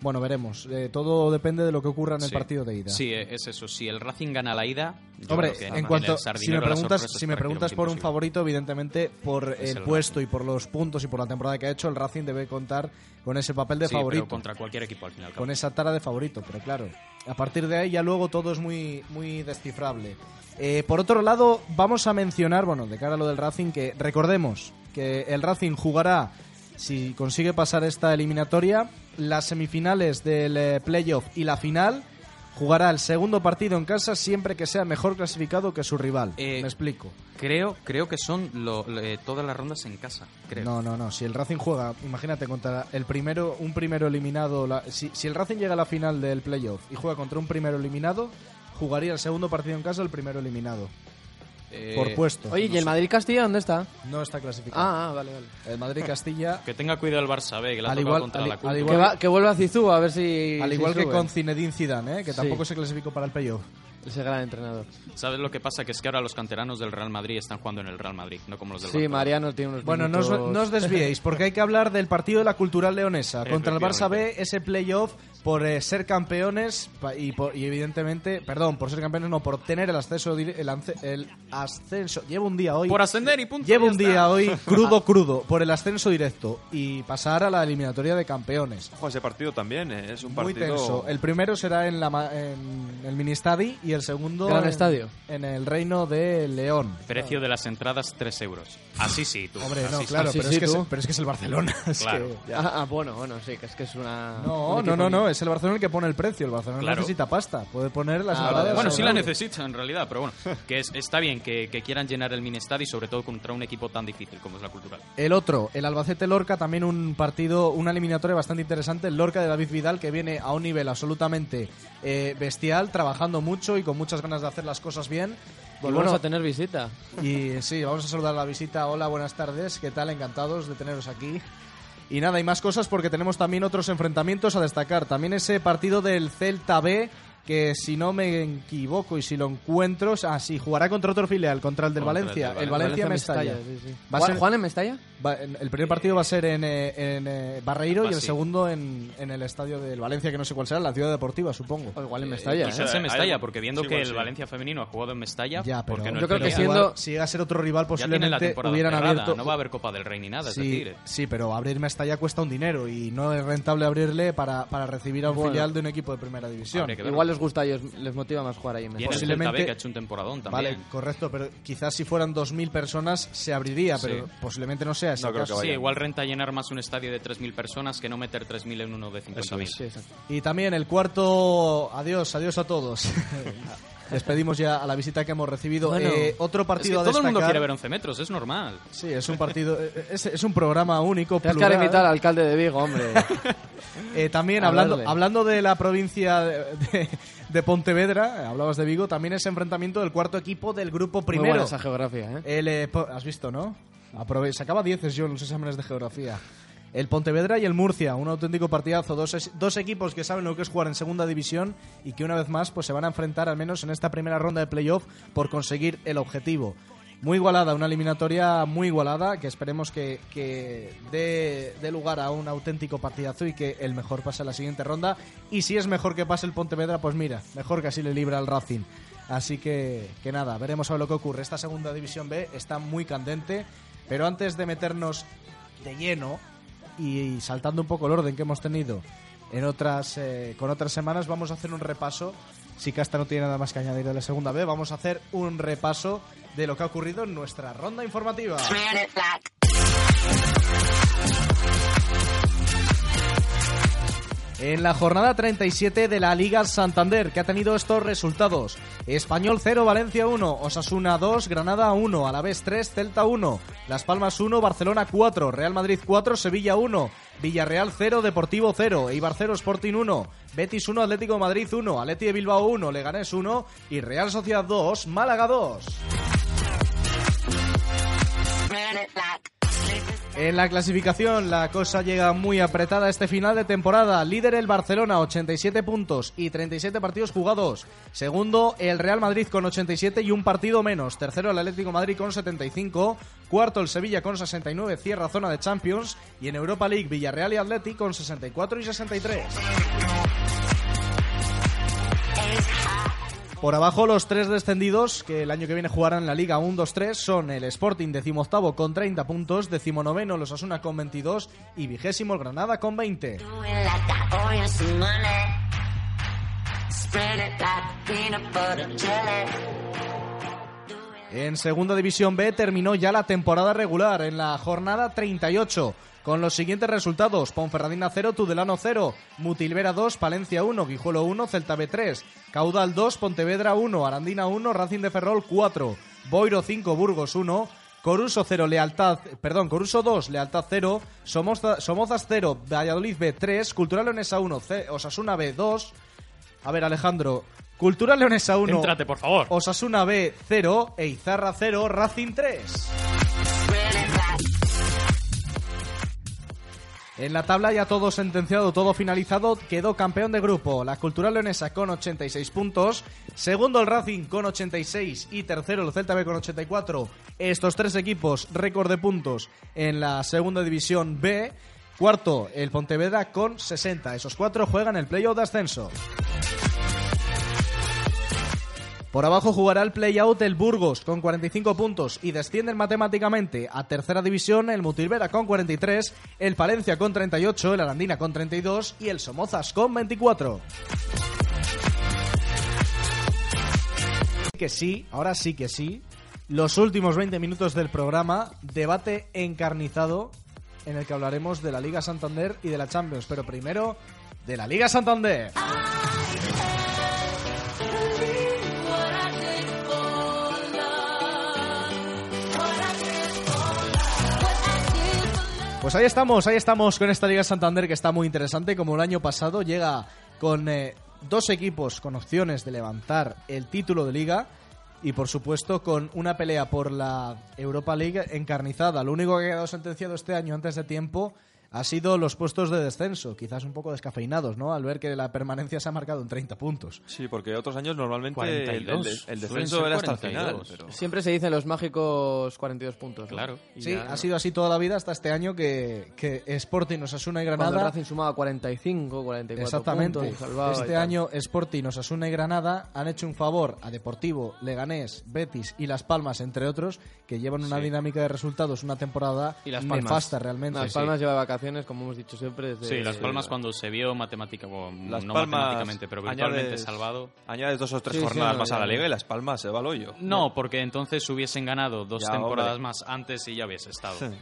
Speaker 1: Bueno, veremos. Eh, todo depende de lo que ocurra en el
Speaker 3: Sí.
Speaker 1: partido de ida.
Speaker 3: Sí, eh, es eso. Si el Racing gana la ida, yo
Speaker 1: Hombre,
Speaker 3: creo que
Speaker 1: en
Speaker 3: el
Speaker 1: cuanto si me
Speaker 3: Sardinero la
Speaker 1: preguntas,
Speaker 3: sorpresa es
Speaker 1: si me preguntas por un
Speaker 3: prácticamente
Speaker 1: favorito, evidentemente por
Speaker 3: Es
Speaker 1: el
Speaker 3: el
Speaker 1: puesto y por los puntos y por la temporada que ha hecho, el Racing debe contar con ese papel de
Speaker 3: imposible. Sí, pero
Speaker 1: favorito.
Speaker 3: contra cualquier equipo al final.
Speaker 1: con esa tara de favorito, pero claro, a partir de ahí ya luego todo es muy, muy descifrable. Eh, por otro lado, vamos a mencionar, bueno, de cara a lo del Racing, que recordemos que el Racing jugará, si consigue pasar esta eliminatoria, las semifinales del eh, playoff y la final. Jugará el segundo partido en casa siempre que sea mejor clasificado que su rival.
Speaker 3: Eh,
Speaker 1: Me explico.
Speaker 3: Creo, creo que son lo- lo- eh, todas las rondas en casa, creo.
Speaker 1: No, no, no. Si el Racing juega, imagínate contra el primero, un primero eliminado. la- si, si el Racing llega a la final del playoff y juega contra un primero eliminado, jugaría el segundo partido en casa el primero eliminado.
Speaker 3: Eh,
Speaker 1: por puesto.
Speaker 4: Oye, ¿y el Madrid-Castilla dónde está?
Speaker 1: No está clasificado.
Speaker 4: Ah, ah, vale, vale.
Speaker 1: El Madrid
Speaker 4: <laughs>
Speaker 1: Castilla,
Speaker 3: Que tenga cuidado el Barça B, que la ha
Speaker 1: Al
Speaker 3: tocado
Speaker 1: igual-
Speaker 3: contra
Speaker 1: al-
Speaker 3: la
Speaker 1: al
Speaker 3: Cultural.
Speaker 1: igual-
Speaker 4: Que, va- que vuelva a Zizú a ver si.
Speaker 1: al
Speaker 4: si
Speaker 1: igual que
Speaker 4: sube.
Speaker 1: con Zinedine Zidane, ¿eh? que
Speaker 4: Sí.
Speaker 1: tampoco se clasificó para el playoff.
Speaker 4: Ese gran entrenador.
Speaker 3: ¿Sabes lo que pasa? Que es que ahora los canteranos del Real Madrid están jugando en el Real Madrid, no como los del
Speaker 4: Sí,
Speaker 3: Barcelona.
Speaker 4: Mariano tiene unos.
Speaker 1: Bueno, no os,
Speaker 4: minutos-
Speaker 1: no os desviéis, porque hay que hablar del partido de la Cultural Leonesa contra el Barça B, ese playoff por eh, ser campeones pa- y, por- y evidentemente, perdón, por ser campeones, no, por tener el ascenso, dire- el, ance- el ascenso. Llevo un día hoy.
Speaker 3: Por ascender y punto.
Speaker 1: Llevo
Speaker 3: ya
Speaker 1: un
Speaker 3: está.
Speaker 1: día
Speaker 3: <laughs>
Speaker 1: hoy crudo, crudo, por el ascenso directo y pasar a la eliminatoria de campeones.
Speaker 5: Ojo, ese partido también eh, es un
Speaker 1: Muy
Speaker 5: partido...
Speaker 1: tenso. El primero será en, la, ma- en el mini estadi y el segundo
Speaker 4: Gran
Speaker 1: en,
Speaker 4: estadio.
Speaker 1: en el Reino de León.
Speaker 3: Precio de las entradas, 3 euros. Así sí, tú.
Speaker 1: Hombre,
Speaker 3: así
Speaker 1: no,
Speaker 3: sí.
Speaker 1: claro,
Speaker 4: así
Speaker 1: pero,
Speaker 4: Ah, sí,
Speaker 1: es que es,
Speaker 4: tú.
Speaker 1: pero es que es el Barcelona. <laughs> es
Speaker 3: Claro.
Speaker 1: que-
Speaker 4: Ah, ah, bueno, bueno, sí, que es que es una.
Speaker 1: No,
Speaker 4: un
Speaker 1: no,
Speaker 4: equipo
Speaker 1: no, no, eh.
Speaker 4: muy-
Speaker 1: es el Barcelona el que pone el precio. El Barcelona
Speaker 3: Claro.
Speaker 1: necesita pasta. Puede poner las
Speaker 4: Ah,
Speaker 1: entradas
Speaker 4: vale,
Speaker 3: Bueno,
Speaker 4: vale.
Speaker 3: sí la
Speaker 1: a un euro.
Speaker 3: necesitan en realidad, pero bueno, que es- está bien que, que quieran llenar el mini y sobre todo contra un equipo tan difícil como es la Cultural.
Speaker 5: Eh,
Speaker 1: El otro, el Albacete Lorca, también un partido, una eliminatoria bastante interesante. El Lorca de David Vidal que viene a un nivel absolutamente eh, bestial, trabajando mucho y con muchas ganas de hacer las cosas bien. Y
Speaker 4: Volvemos
Speaker 1: bueno,
Speaker 4: a tener visita.
Speaker 1: Y sí, vamos a saludar la visita. Hola, buenas tardes. ¿Qué tal? Encantados de teneros aquí. Y nada, y más cosas porque tenemos también otros enfrentamientos a destacar. También ese partido del Celta B, que si no me equivoco y si lo encuentro, ah, sí, jugará contra otro filial, contra el del
Speaker 3: Contra el
Speaker 1: Valencia.
Speaker 3: del
Speaker 1: El
Speaker 3: Valencia.
Speaker 1: Valencia Mestalla.
Speaker 4: sí, sí.
Speaker 1: Va a
Speaker 4: ¿Juan-
Speaker 1: ser-
Speaker 4: ¿Juan en Mestalla?
Speaker 1: Va- en- El primer partido va a ser en, eh, en, eh, Barreiro y
Speaker 3: va,
Speaker 1: el
Speaker 3: Ah, sí.
Speaker 1: segundo en, en el estadio del Valencia, que no sé cuál será, la Ciudad Deportiva, supongo.
Speaker 4: O igual en Mestalla.
Speaker 3: Quizás
Speaker 4: ¿eh?
Speaker 3: en Mestalla,
Speaker 5: hay-
Speaker 3: porque viendo
Speaker 5: sí,
Speaker 3: que
Speaker 5: igual
Speaker 3: el
Speaker 5: sí.
Speaker 3: Valencia femenino ha jugado en Mestalla,
Speaker 1: Ya, pero
Speaker 3: ¿por qué no
Speaker 4: Yo
Speaker 3: el
Speaker 4: creo que
Speaker 3: Celta?
Speaker 4: siendo-
Speaker 1: igual, si llega a ser otro rival,
Speaker 3: ya tienen la
Speaker 1: posiblemente
Speaker 3: temporada
Speaker 1: hubieran
Speaker 3: cerrada,
Speaker 1: abierto.
Speaker 3: no va a haber Copa del Rey ni nada, es
Speaker 1: Sí,
Speaker 3: decir, eh.
Speaker 1: sí, pero abrir Mestalla cuesta un dinero y no es rentable abrirle para, para recibir a un
Speaker 4: Bueno.
Speaker 1: filial de un equipo de primera división.
Speaker 3: Habría que verlo.
Speaker 4: Igual les gusta a ellos, les motiva más jugar ahí en
Speaker 3: Y en
Speaker 4: Mestalla.
Speaker 3: el
Speaker 1: posiblemente-
Speaker 3: Celta B, que ha hecho un temporadón también.
Speaker 1: Vale, correcto, pero quizás si fueran 2.000 personas se abriría,
Speaker 3: Sí.
Speaker 1: pero posiblemente no sea ese
Speaker 5: No creo
Speaker 1: caso.
Speaker 5: que
Speaker 3: Sí,
Speaker 5: vayan.
Speaker 3: igual renta llenar más un estadio de 3.000 personas que no meter 3.000 en uno de 50.000.
Speaker 4: Sí, exacto.
Speaker 1: Y también el cuarto... Adiós, adiós a todos. <laughs> Despedimos ya a la visita que hemos recibido.
Speaker 4: Bueno,
Speaker 1: Eh, otro
Speaker 3: Es que
Speaker 1: partido a
Speaker 3: todo el mundo
Speaker 1: destacar-
Speaker 3: quiere ver 11 metros, es normal.
Speaker 1: Sí, es un partido... eh, es, es un programa único,
Speaker 4: Tienes que ahora
Speaker 1: plural.
Speaker 3: <laughs>
Speaker 4: invitar al alcalde de Vigo, hombre.
Speaker 1: Eh, también
Speaker 4: A
Speaker 1: hablando,
Speaker 4: darle.
Speaker 1: hablando de la provincia de, de- de Pontevedra, eh, hablabas de Vigo, también es enfrentamiento del cuarto equipo del grupo
Speaker 4: Muy
Speaker 1: primero.
Speaker 4: buena esa geografía, ¿eh?
Speaker 1: El, eh, po- has visto, ¿no? Aprove sacaba 10 yo en los exámenes de geografía. El Pontevedra y el Murcia, un auténtico partidazo. Dos, es- dos equipos que saben lo que es jugar en segunda división y que una vez más pues, se van a enfrentar, al menos en esta primera ronda de playoff, por conseguir el objetivo. Muy igualada, una eliminatoria muy igualada que esperemos que, que dé, dé lugar a un auténtico partidazo y que el mejor pase a la siguiente ronda. Y si es mejor que pase el Pontevedra, pues mira, mejor que así le libra al Racing. Así que, que nada, veremos a ver lo que ocurre. Esta segunda división B está muy candente, pero antes de meternos de lleno y saltando un poco el orden que hemos tenido en otras, eh, con otras semanas, vamos a hacer un repaso. Si Casta no tiene nada más que añadir de la segunda B, vamos a hacer un repaso de lo que ha ocurrido en nuestra ronda informativa. En la jornada 37 de la Liga Santander, que ha tenido estos resultados. Español 0, Valencia 1, Osasuna 2, Granada 1, Alavés 3, Celta 1, Las Palmas 1, Barcelona 4, Real Madrid 4, Sevilla 1, Villarreal 0, Deportivo 0, Eibar 0, Sporting 1, Betis 1, Atlético de Madrid 1, Atleti de Bilbao 1, Leganés 1 y Real Sociedad 2, Málaga 2. En la clasificación la cosa llega muy apretada este final de temporada. Líder el Barcelona, 87 puntos y 37 partidos jugados. Segundo el Real Madrid con 87 y un partido menos. Tercero el Atlético de Madrid con 75. Cuarto el Sevilla con 69, cierra zona de Champions. Y en Europa League Villarreal y Atleti con 64 y 63. Por abajo, los tres descendidos que el año que viene jugarán la Liga 1-2-3 son el Sporting, decimoctavo con 30 puntos, decimonoveno los Asuna con 22 y vigésimo el Granada con 20. En segunda división B terminó ya la temporada regular en la jornada 38 con los siguientes resultados: Ponferradina 0, Tudelano 0, Mutilvera 2, Palencia 1, Guijuelo 1, Celta B 3, Caudal 2, Pontevedra 1, Arandina 1, Racing de Ferrol 4, Boiro 5, Burgos 1, Coruso 0, Lealtad, perdón, Coruso 2, Lealtad 0, Somoza- Somozas 0, Valladolid B 3, Cultural Leonesa 1, C- Osasuna B 2. A ver, Alejandro, Cultural Leonesa 1.
Speaker 8: Céntrate, por favor.
Speaker 1: Osasuna B 0, Eizarra 0, Racing 3. En la tabla ya todo sentenciado, todo finalizado, quedó campeón de grupo. La Cultural Leonesa con 86 puntos, segundo el Racing con 86 y tercero el Celta B con 84. Estos tres equipos récord de puntos en la segunda división B. Cuarto, el Pontevedra con 60. Esos cuatro juegan el playoff de ascenso. Por abajo jugará el play-out el Burgos con 45 puntos y descienden matemáticamente a tercera división el Mutilvera con 43, el Palencia con 38, el Arandina con 32 y el Somozas con 24. Que sí, ahora sí que sí. Los últimos 20 minutos del programa, debate encarnizado en el que hablaremos de la Liga Santander y de la Champions, pero primero de la Liga Santander. Pues ahí estamos, ahí estamos con esta Liga Santander que está muy interesante. Como el año pasado, llega con eh, dos equipos con opciones de levantar el título de Liga y, por supuesto, con una pelea por la Europa League encarnizada. Lo único que ha quedado sentenciado este año antes de tiempo ha sido los puestos de descenso, quizás un poco descafeinados, ¿no? Al ver que la permanencia se ha marcado en 30 puntos.
Speaker 5: Sí, porque otros años normalmente el- el,
Speaker 3: 42.
Speaker 5: des- el
Speaker 3: Suelen
Speaker 5: descenso
Speaker 3: ser
Speaker 5: era hasta el
Speaker 3: 42.
Speaker 5: final. pero-
Speaker 4: Siempre se dicen los mágicos 42 puntos. ¿no?
Speaker 3: Claro.
Speaker 4: Y
Speaker 1: Sí,
Speaker 4: ya, ¿no?
Speaker 1: ha sido así toda la vida hasta este año que, que Sporting, Osasuna y
Speaker 4: Cuando el
Speaker 1: Granada
Speaker 4: Racing sumaba 45, 44
Speaker 1: Exactamente.
Speaker 4: puntos, salvaba y
Speaker 1: este
Speaker 4: tal.
Speaker 1: año Sporting, Osasuna y Granada han hecho un favor a Deportivo, Leganés, Betis y Las Palmas, entre otros, que llevan una dinámica de resultados una temporada
Speaker 3: Y Las Palmas.
Speaker 1: nefasta realmente.
Speaker 4: Las Palmas lleva vacaciones, como hemos dicho siempre. desde-
Speaker 3: Sí, Las Palmas cuando se vio matemática, bueno,
Speaker 5: Las
Speaker 3: no
Speaker 5: Palmas
Speaker 3: matemáticamente, pero virtualmente
Speaker 5: añades-
Speaker 3: salvado.
Speaker 5: Añades dos o tres
Speaker 4: Sí, sí,
Speaker 5: jornadas
Speaker 4: no,
Speaker 5: más
Speaker 4: ya,
Speaker 5: a la
Speaker 4: ya.
Speaker 5: liga y Las Palmas se va al hoyo.
Speaker 3: No, porque entonces hubiesen ganado dos
Speaker 5: Ya,
Speaker 3: temporadas
Speaker 5: hombre.
Speaker 3: más antes y ya hubiese estado.
Speaker 5: Sí.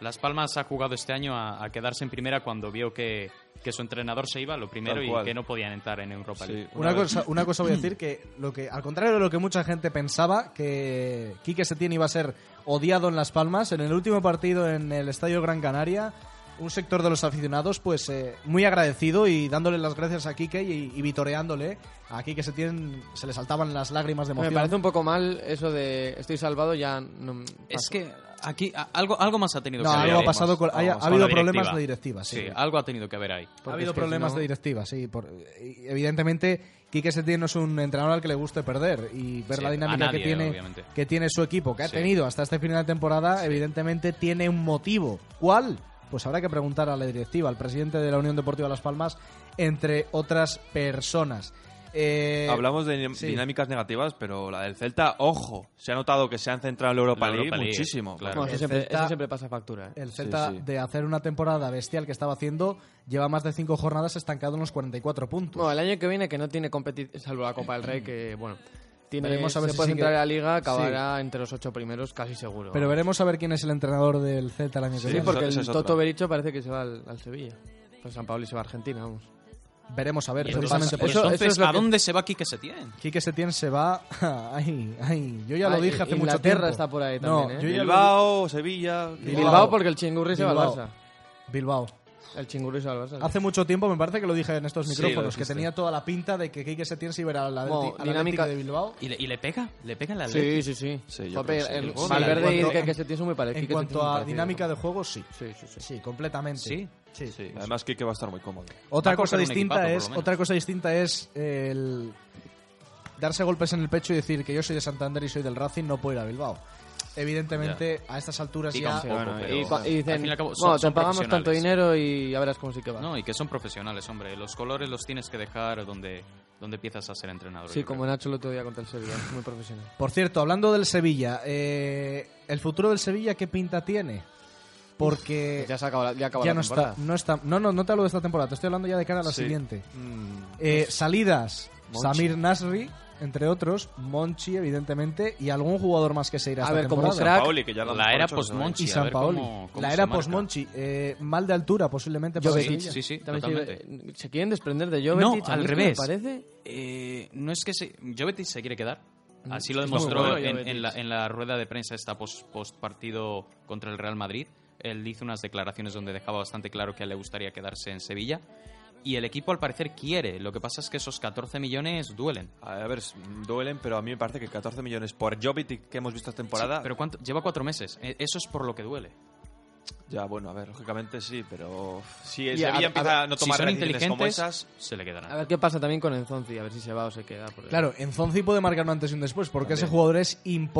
Speaker 3: Las Palmas ha jugado este año a, a quedarse en primera cuando vio que, que su entrenador se iba, lo primero,
Speaker 5: Tal
Speaker 3: y
Speaker 5: cual.
Speaker 3: que no podían entrar en Europa
Speaker 5: Sí,
Speaker 3: League.
Speaker 1: Una,
Speaker 5: vez-
Speaker 1: cosa, una cosa voy
Speaker 4: <clears throat>
Speaker 1: a decir que lo que al contrario de lo que mucha gente pensaba que Quique Setién iba a ser odiado en Las Palmas en el último partido en el Estadio Gran Canaria un sector de los aficionados pues eh, muy agradecido y dándole las gracias a Quique y, y vitoreándole. A Quique se, tienen, se le saltaban las lágrimas de
Speaker 4: Me
Speaker 1: emoción.
Speaker 4: parece un poco mal eso de estoy salvado, ya no me
Speaker 3: Es
Speaker 4: paso.
Speaker 3: que aquí a- algo, algo más ha tenido
Speaker 1: No,
Speaker 3: que haber.
Speaker 1: algo ha
Speaker 3: Vamos,
Speaker 1: pasado con- hay- ha
Speaker 3: vamos,
Speaker 1: habido
Speaker 3: la
Speaker 1: problemas de directiva, sí.
Speaker 3: algo ha tenido que haber ahí.
Speaker 1: Ha
Speaker 4: Porque
Speaker 1: habido
Speaker 4: es que si
Speaker 1: problemas
Speaker 4: no-
Speaker 1: de directiva, sí. por- y evidentemente, Quique Setién no es un entrenador al que le guste perder y ver
Speaker 3: Sí,
Speaker 1: la
Speaker 3: a
Speaker 1: dinámica
Speaker 3: nadie,
Speaker 1: que, tiene,
Speaker 3: obviamente.
Speaker 1: que tiene su equipo, que ha
Speaker 3: Sí.
Speaker 1: tenido hasta este final de temporada, evidentemente tiene un motivo. ¿Cuál? Pues habrá que preguntar a la directiva, al presidente de la Unión Deportiva Las Palmas, entre otras personas. Eh,
Speaker 5: Hablamos de din-
Speaker 1: sí.
Speaker 5: dinámicas negativas, pero la del Celta, ojo, se ha notado que se han centrado en la Europa,
Speaker 3: La Europa
Speaker 5: League
Speaker 3: League,
Speaker 5: muchísimo.
Speaker 3: claro.
Speaker 1: El
Speaker 4: Bueno, eso, siempre,
Speaker 1: Celta-
Speaker 4: eso siempre pasa factura. ¿eh?
Speaker 1: El Celta,
Speaker 5: sí.
Speaker 1: de hacer una temporada bestial que estaba haciendo, lleva más de cinco jornadas estancado en los 44 puntos.
Speaker 4: Bueno, el año que viene que no tiene competición, salvo la Copa del Rey, que bueno, tiene,
Speaker 1: Veremos a ver
Speaker 4: se
Speaker 1: si
Speaker 4: puede
Speaker 1: sigue-
Speaker 4: entrar a la liga, acabará entre los ocho primeros casi seguro.
Speaker 1: Pero veremos a ver quién es el entrenador del Celta el año que
Speaker 5: Sí,
Speaker 4: Sí,
Speaker 1: viene.
Speaker 5: por-
Speaker 4: porque
Speaker 5: Esa- esa es
Speaker 4: el Toto
Speaker 5: otra.
Speaker 4: Bericho parece que se va al, al Sevilla. Pues San Pablo se va a Argentina, vamos.
Speaker 1: Veremos a ver,
Speaker 3: Y entonces,
Speaker 1: precisamente por
Speaker 4: eso-
Speaker 3: entonces,
Speaker 4: eso es lo
Speaker 3: ¿a
Speaker 4: que-
Speaker 3: dónde se va Quique Setién?
Speaker 1: Quique Setién se va. <laughs> Ay, ay, yo ya lo
Speaker 4: Ah,
Speaker 1: dije hace mucho
Speaker 4: Inglaterra
Speaker 1: tiempo.
Speaker 4: está por ahí
Speaker 1: No,
Speaker 4: también, ¿eh?
Speaker 1: yo ya lo
Speaker 5: Bilbao, Sevilla.
Speaker 4: Y
Speaker 1: Bilbao.
Speaker 4: Bilbao, porque el Chingurri se va al
Speaker 1: Bilbao.
Speaker 4: Barça.
Speaker 1: di- Bilbao.
Speaker 4: El Chingurri se va al Barça.
Speaker 1: Hace mucho tiempo, me parece que lo dije en estos
Speaker 5: Sí, lo
Speaker 1: micrófonos, que
Speaker 5: dijiste.
Speaker 1: tenía toda la pinta de que Quique Setién se iba a ir al Atleti-
Speaker 4: Bueno,
Speaker 1: al Atlético
Speaker 4: dinámica-
Speaker 1: de Bilbao.
Speaker 3: ¿Y le, y le pega? ¿Le pega en la
Speaker 4: Sí, sí, sí.
Speaker 5: Sí, yo
Speaker 4: Jope,
Speaker 5: creo que sí.
Speaker 4: el-
Speaker 5: Sí, en
Speaker 4: Valverde y
Speaker 1: cuanto-
Speaker 4: que, que se tiene muy parecido.
Speaker 1: En cuanto a dinámica de juego, sí.
Speaker 4: Sí, sí, sí.
Speaker 1: Sí, completamente.
Speaker 3: Sí.
Speaker 1: Sí.
Speaker 5: Sí, además Kike va a estar muy cómodo.
Speaker 1: Otra
Speaker 3: Va a
Speaker 1: cosa
Speaker 3: coger un
Speaker 1: distinta
Speaker 3: equipazo, por
Speaker 1: es
Speaker 3: lo menos.
Speaker 1: otra cosa distinta es el darse golpes en el pecho y decir que yo soy de Santander y soy del Racing, no puedo ir a Bilbao. Evidentemente, a estas alturas
Speaker 3: Pica
Speaker 1: ya
Speaker 3: un poco,
Speaker 4: Bueno,
Speaker 3: pero
Speaker 4: y, cua- y
Speaker 3: al
Speaker 4: dicen,
Speaker 3: fin y al cabo, son-
Speaker 4: bueno, te
Speaker 3: son
Speaker 4: pagamos tanto
Speaker 3: profesionales.
Speaker 4: dinero y ya verás cómo sí que va.
Speaker 3: No, y que son profesionales, hombre. Los colores los tienes que dejar donde, donde empiezas a ser entrenador.
Speaker 4: sí,
Speaker 3: yo
Speaker 4: como
Speaker 3: creo.
Speaker 4: Nacho el otro día contra el Sevilla, muy profesional.
Speaker 1: Por cierto, hablando del Sevilla, eh, ¿el futuro del Sevilla qué pinta tiene? Porque
Speaker 4: Eh, Ya se acabó la, ya acabó
Speaker 1: ya
Speaker 4: la
Speaker 1: no
Speaker 4: temporada.
Speaker 1: está, no está. No, no, no te hablo de esta temporada, te estoy hablando ya de cara a la
Speaker 5: Sí.
Speaker 1: siguiente. Eh, salidas,
Speaker 5: Monchi.
Speaker 1: Samir Nasri, entre otros, Monchi, evidentemente, y algún jugador más que se irá
Speaker 4: A
Speaker 1: esta
Speaker 4: ver, como
Speaker 1: temporada.
Speaker 4: crack,
Speaker 5: Paoli, que ya
Speaker 3: La era
Speaker 5: Moncho,
Speaker 3: post-Monchi.
Speaker 1: y
Speaker 3: a
Speaker 1: San
Speaker 3: ver
Speaker 1: Paoli.
Speaker 3: cómo- cómo
Speaker 1: la
Speaker 3: se
Speaker 1: era
Speaker 3: marca.
Speaker 1: post-Monchi, eh, mal de altura posiblemente para
Speaker 3: Sí,
Speaker 1: Sevilla.
Speaker 3: sí, sí,
Speaker 4: También
Speaker 3: totalmente.
Speaker 4: se- se quieren desprender de Jovetic.
Speaker 3: No,
Speaker 4: a mí
Speaker 3: al
Speaker 4: es que
Speaker 3: revés.
Speaker 4: Me parece.
Speaker 3: Eh, no es que se... Jovetic se quiere quedar. Así lo
Speaker 4: Es muy
Speaker 3: demostró
Speaker 4: bueno,
Speaker 3: en,
Speaker 4: Jovetic.
Speaker 3: en la, en la rueda de prensa esta post, post partido contra el Real Madrid. Él hizo unas declaraciones donde dejaba bastante claro que le gustaría quedarse en Sevilla. Y el equipo al parecer quiere. Lo que pasa es que esos 14 millones duelen.
Speaker 5: A ver, s- duelen, pero a mí me parece que 14 millones por Jovic que hemos visto esta temporada.
Speaker 3: Sí, pero ¿cuánto? lleva cuatro meses. Eh, Eso es por lo que duele.
Speaker 5: Ya, bueno, a ver, lógicamente sí, pero si el
Speaker 4: Y a-
Speaker 5: Sevilla
Speaker 4: a ver,
Speaker 5: empieza a Ah, no
Speaker 3: si
Speaker 5: tomar
Speaker 3: son
Speaker 5: decisiones como
Speaker 3: inteligentes,
Speaker 5: esas,
Speaker 3: se le
Speaker 4: A
Speaker 3: quedarán.
Speaker 4: ver qué pasa también con Enzonzi, a ver si se va o se queda. porque-
Speaker 1: Claro, Enzonzi puede marcar un antes y un después, porque ese
Speaker 5: También.
Speaker 1: jugador es importantísimo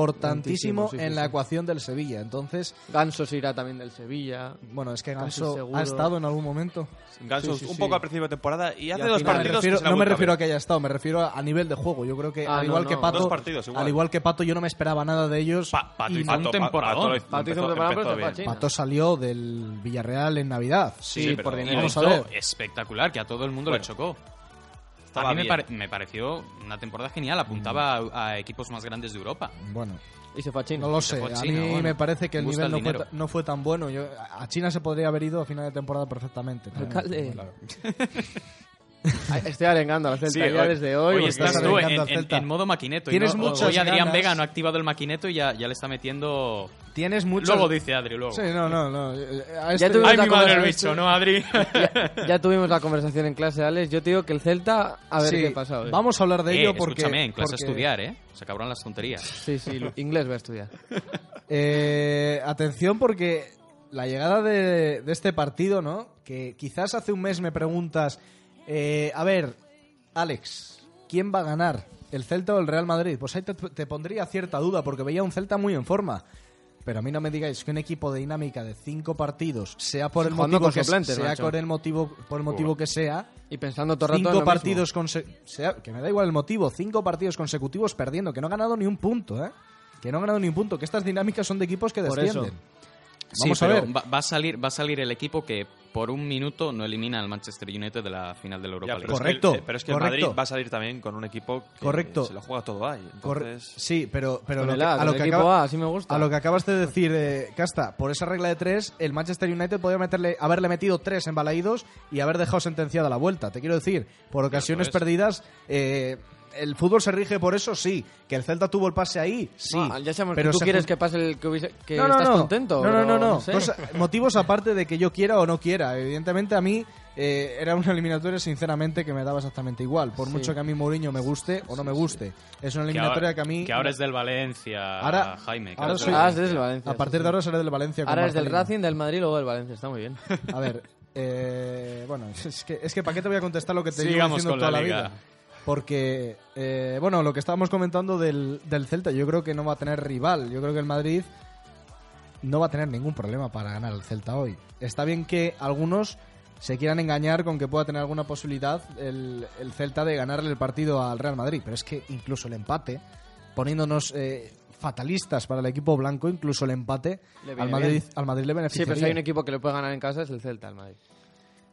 Speaker 4: Importantísimo, sí, sí,
Speaker 1: en la
Speaker 4: sí.
Speaker 1: ecuación del Sevilla. Entonces,
Speaker 4: Ganso se irá también del Sevilla.
Speaker 1: Bueno, es que
Speaker 4: Casi
Speaker 1: Ganso
Speaker 4: seguro.
Speaker 1: ha estado en algún momento.
Speaker 5: Ganso
Speaker 4: Sí, sí,
Speaker 5: un
Speaker 4: sí.
Speaker 5: poco al principio de temporada y hace
Speaker 4: al
Speaker 1: No
Speaker 4: final-
Speaker 5: dos
Speaker 1: me
Speaker 5: partidos. que
Speaker 1: refiero,
Speaker 5: se la
Speaker 1: no me
Speaker 5: vuelta
Speaker 1: refiero a
Speaker 5: ver.
Speaker 1: que haya estado, me refiero a, a nivel de juego. Yo creo que
Speaker 4: Ah,
Speaker 1: al
Speaker 4: no,
Speaker 1: igual
Speaker 4: no.
Speaker 1: que Pato,
Speaker 5: Dos partidos, igual.
Speaker 1: al igual que Pato, yo no me esperaba nada de ellos.
Speaker 3: Pa- Pato
Speaker 1: y
Speaker 3: hizo un
Speaker 1: no-
Speaker 5: Pa-
Speaker 3: temporadón.
Speaker 4: Pato
Speaker 5: Pato,
Speaker 4: hizo
Speaker 5: empezó-
Speaker 4: un temporada,
Speaker 5: empezó
Speaker 4: pero se fue a
Speaker 5: bien.
Speaker 4: China.
Speaker 1: Pato salió del Villarreal en Navidad.
Speaker 5: Sí,
Speaker 4: Sí,
Speaker 5: pero
Speaker 4: por
Speaker 5: no.
Speaker 4: dinero.
Speaker 1: Vamos a
Speaker 3: Hizo
Speaker 1: ver.
Speaker 3: espectacular, que a todo el mundo
Speaker 5: Bueno,
Speaker 3: le chocó.
Speaker 5: estaba
Speaker 3: A mí me,
Speaker 5: bien. Mm.
Speaker 3: pare- me pareció una temporada genial, apuntaba a, a equipos más grandes de Europa.
Speaker 1: Bueno,
Speaker 4: Y se fue a China.
Speaker 1: no lo
Speaker 3: Se
Speaker 1: sé.
Speaker 3: fue a
Speaker 1: A mí
Speaker 3: China, bueno.
Speaker 1: me parece que el nivel
Speaker 3: Gusta el
Speaker 1: no fue,
Speaker 3: dinero.
Speaker 1: ta- no fue tan bueno. Yo, a China se podría haber ido a final de temporada perfectamente. también.
Speaker 4: Alcalde.
Speaker 1: Claro.
Speaker 4: <laughs> Ay, Estoy arengando a la Celta ya desde hoy. porque-
Speaker 3: estás
Speaker 1: estás eh.
Speaker 3: tú en,
Speaker 1: arrancando al
Speaker 3: en-
Speaker 1: Celta.
Speaker 3: en modo maquineto. y
Speaker 1: Tienes
Speaker 3: no-
Speaker 1: muchas
Speaker 3: hoy Adrián
Speaker 1: ganas.
Speaker 3: Vega no ha activado el maquineto y ya, ya le está metiendo...
Speaker 1: Tienes mucho.
Speaker 3: Luego dice Adri, luego.
Speaker 1: Sí, no, no, no. A este-
Speaker 4: Ya tuvimos
Speaker 3: ¡Ay,
Speaker 4: la
Speaker 3: mi madre el
Speaker 4: conversación-
Speaker 3: bicho, no, <laughs> Adri!
Speaker 4: ya, ya tuvimos la conversación en clase, Alex. Yo te digo que el Celta, a ver
Speaker 1: Sí,
Speaker 4: qué pasa hoy.
Speaker 1: Vamos a hablar de
Speaker 3: Eh,
Speaker 1: ello porque.
Speaker 3: escúchame, en clase
Speaker 1: porque-
Speaker 3: a estudiar, ¿eh? Se acabaron las tonterías.
Speaker 4: Sí, sí, lo- inglés va a estudiar.
Speaker 1: Eh, atención porque la llegada de, de este partido, ¿no? Que quizás hace un mes me preguntas, eh, a ver, Alex, ¿quién va a ganar? ¿El Celta o el Real Madrid? Pues ahí te, te pondría cierta duda porque veía un Celta muy en forma. Pero a mí no me digáis que un equipo de dinámica de cinco partidos, sea por el
Speaker 4: Jugando
Speaker 1: motivo
Speaker 4: con
Speaker 1: que
Speaker 4: suplentes,
Speaker 1: sea,
Speaker 4: macho.
Speaker 1: por el motivo, por el motivo que sea,
Speaker 4: Y pensando todo el rato en lo
Speaker 1: cinco
Speaker 4: mismo.
Speaker 1: partidos consecutivos. Que me da igual el motivo. Cinco partidos consecutivos perdiendo. Que no ha ganado ni un punto, ¿eh? Que no ha ganado ni un punto. Que estas dinámicas son de equipos que
Speaker 4: Por
Speaker 1: descienden.
Speaker 4: eso.
Speaker 1: Vamos
Speaker 3: Sí,
Speaker 1: a
Speaker 3: pero
Speaker 1: ver.
Speaker 3: Va, va a salir, va a salir el equipo que por un minuto no elimina al Manchester United de la final de la Europa
Speaker 5: Ya,
Speaker 3: League.
Speaker 5: pero es que
Speaker 1: Correcto,
Speaker 5: el- pero es que
Speaker 1: correcto.
Speaker 5: el Madrid va a salir también con un equipo que
Speaker 1: Correcto.
Speaker 5: se lo juega todo ahí.
Speaker 1: Corre-
Speaker 5: Entonces,
Speaker 1: sí, pero, pero
Speaker 4: Con
Speaker 1: lo
Speaker 4: el
Speaker 1: que-
Speaker 4: A,
Speaker 1: a,
Speaker 4: con
Speaker 1: lo
Speaker 4: el
Speaker 1: que
Speaker 4: equipo
Speaker 1: acaba-
Speaker 4: A, así me gusta.
Speaker 1: a lo que acabas de decir, eh, Casta, por esa regla de tres, el Manchester United podría meterle, haberle metido tres
Speaker 4: pues.
Speaker 1: embalaídos y haber dejado sentenciada la vuelta. Te quiero decir, por ocasiones
Speaker 3: es.
Speaker 1: perdidas, eh, el fútbol se rige por eso, sí. Que el Celta tuvo el pase ahí, sí.
Speaker 4: Ah, ya sabemos
Speaker 1: Pero
Speaker 4: que tú
Speaker 1: se
Speaker 4: quieres
Speaker 1: ju-
Speaker 4: que pase el que, hubiese- que
Speaker 1: no, no,
Speaker 4: estás
Speaker 1: no.
Speaker 4: contento.
Speaker 1: No, no,
Speaker 4: pero
Speaker 1: no, no.
Speaker 4: sé.
Speaker 1: Cosa- motivos aparte de que yo quiera o no quiera. Evidentemente a mí eh, era una eliminatoria, sinceramente, que me daba exactamente igual. Por mucho que a mí Mourinho me guste o no me guste. Es una
Speaker 3: Que
Speaker 1: eliminatoria
Speaker 3: ahora,
Speaker 1: que, a mí...
Speaker 3: que ahora es del Valencia,
Speaker 1: Ahora-
Speaker 3: Jaime. que
Speaker 1: ahora
Speaker 3: es del
Speaker 1: soy-
Speaker 4: Ah,
Speaker 3: Valencia.
Speaker 4: es del Valencia.
Speaker 1: A partir
Speaker 4: sí,
Speaker 1: de
Speaker 4: sí.
Speaker 1: ahora seré del Valencia. con
Speaker 4: Ahora es del
Speaker 1: Marcelino.
Speaker 4: Racing, del Madrid y luego del Valencia. Está muy bien.
Speaker 1: A ver, eh, bueno, <laughs> es que, es que ¿para qué te voy a contestar lo que te llevo
Speaker 3: Sigamos
Speaker 1: diciendo
Speaker 3: con
Speaker 1: toda
Speaker 3: la
Speaker 1: la,
Speaker 3: liga.
Speaker 1: vida? Porque, eh, bueno, lo que estábamos comentando del, del Celta, yo creo que no va a tener rival. Yo creo que el Madrid no va a tener ningún problema para ganar al Celta hoy. Está bien que algunos se quieran engañar con que pueda tener alguna posibilidad el, el Celta de ganarle el partido al Real Madrid, pero es que incluso el empate, poniéndonos eh, fatalistas para el equipo blanco, incluso el empate
Speaker 4: Le viene
Speaker 1: al Madrid,
Speaker 4: bien.
Speaker 1: al Madrid le
Speaker 4: <laughs> Sí,
Speaker 1: beneficia.
Speaker 4: pero si hay un equipo que le puede ganar en casa es el Celta, el Madrid.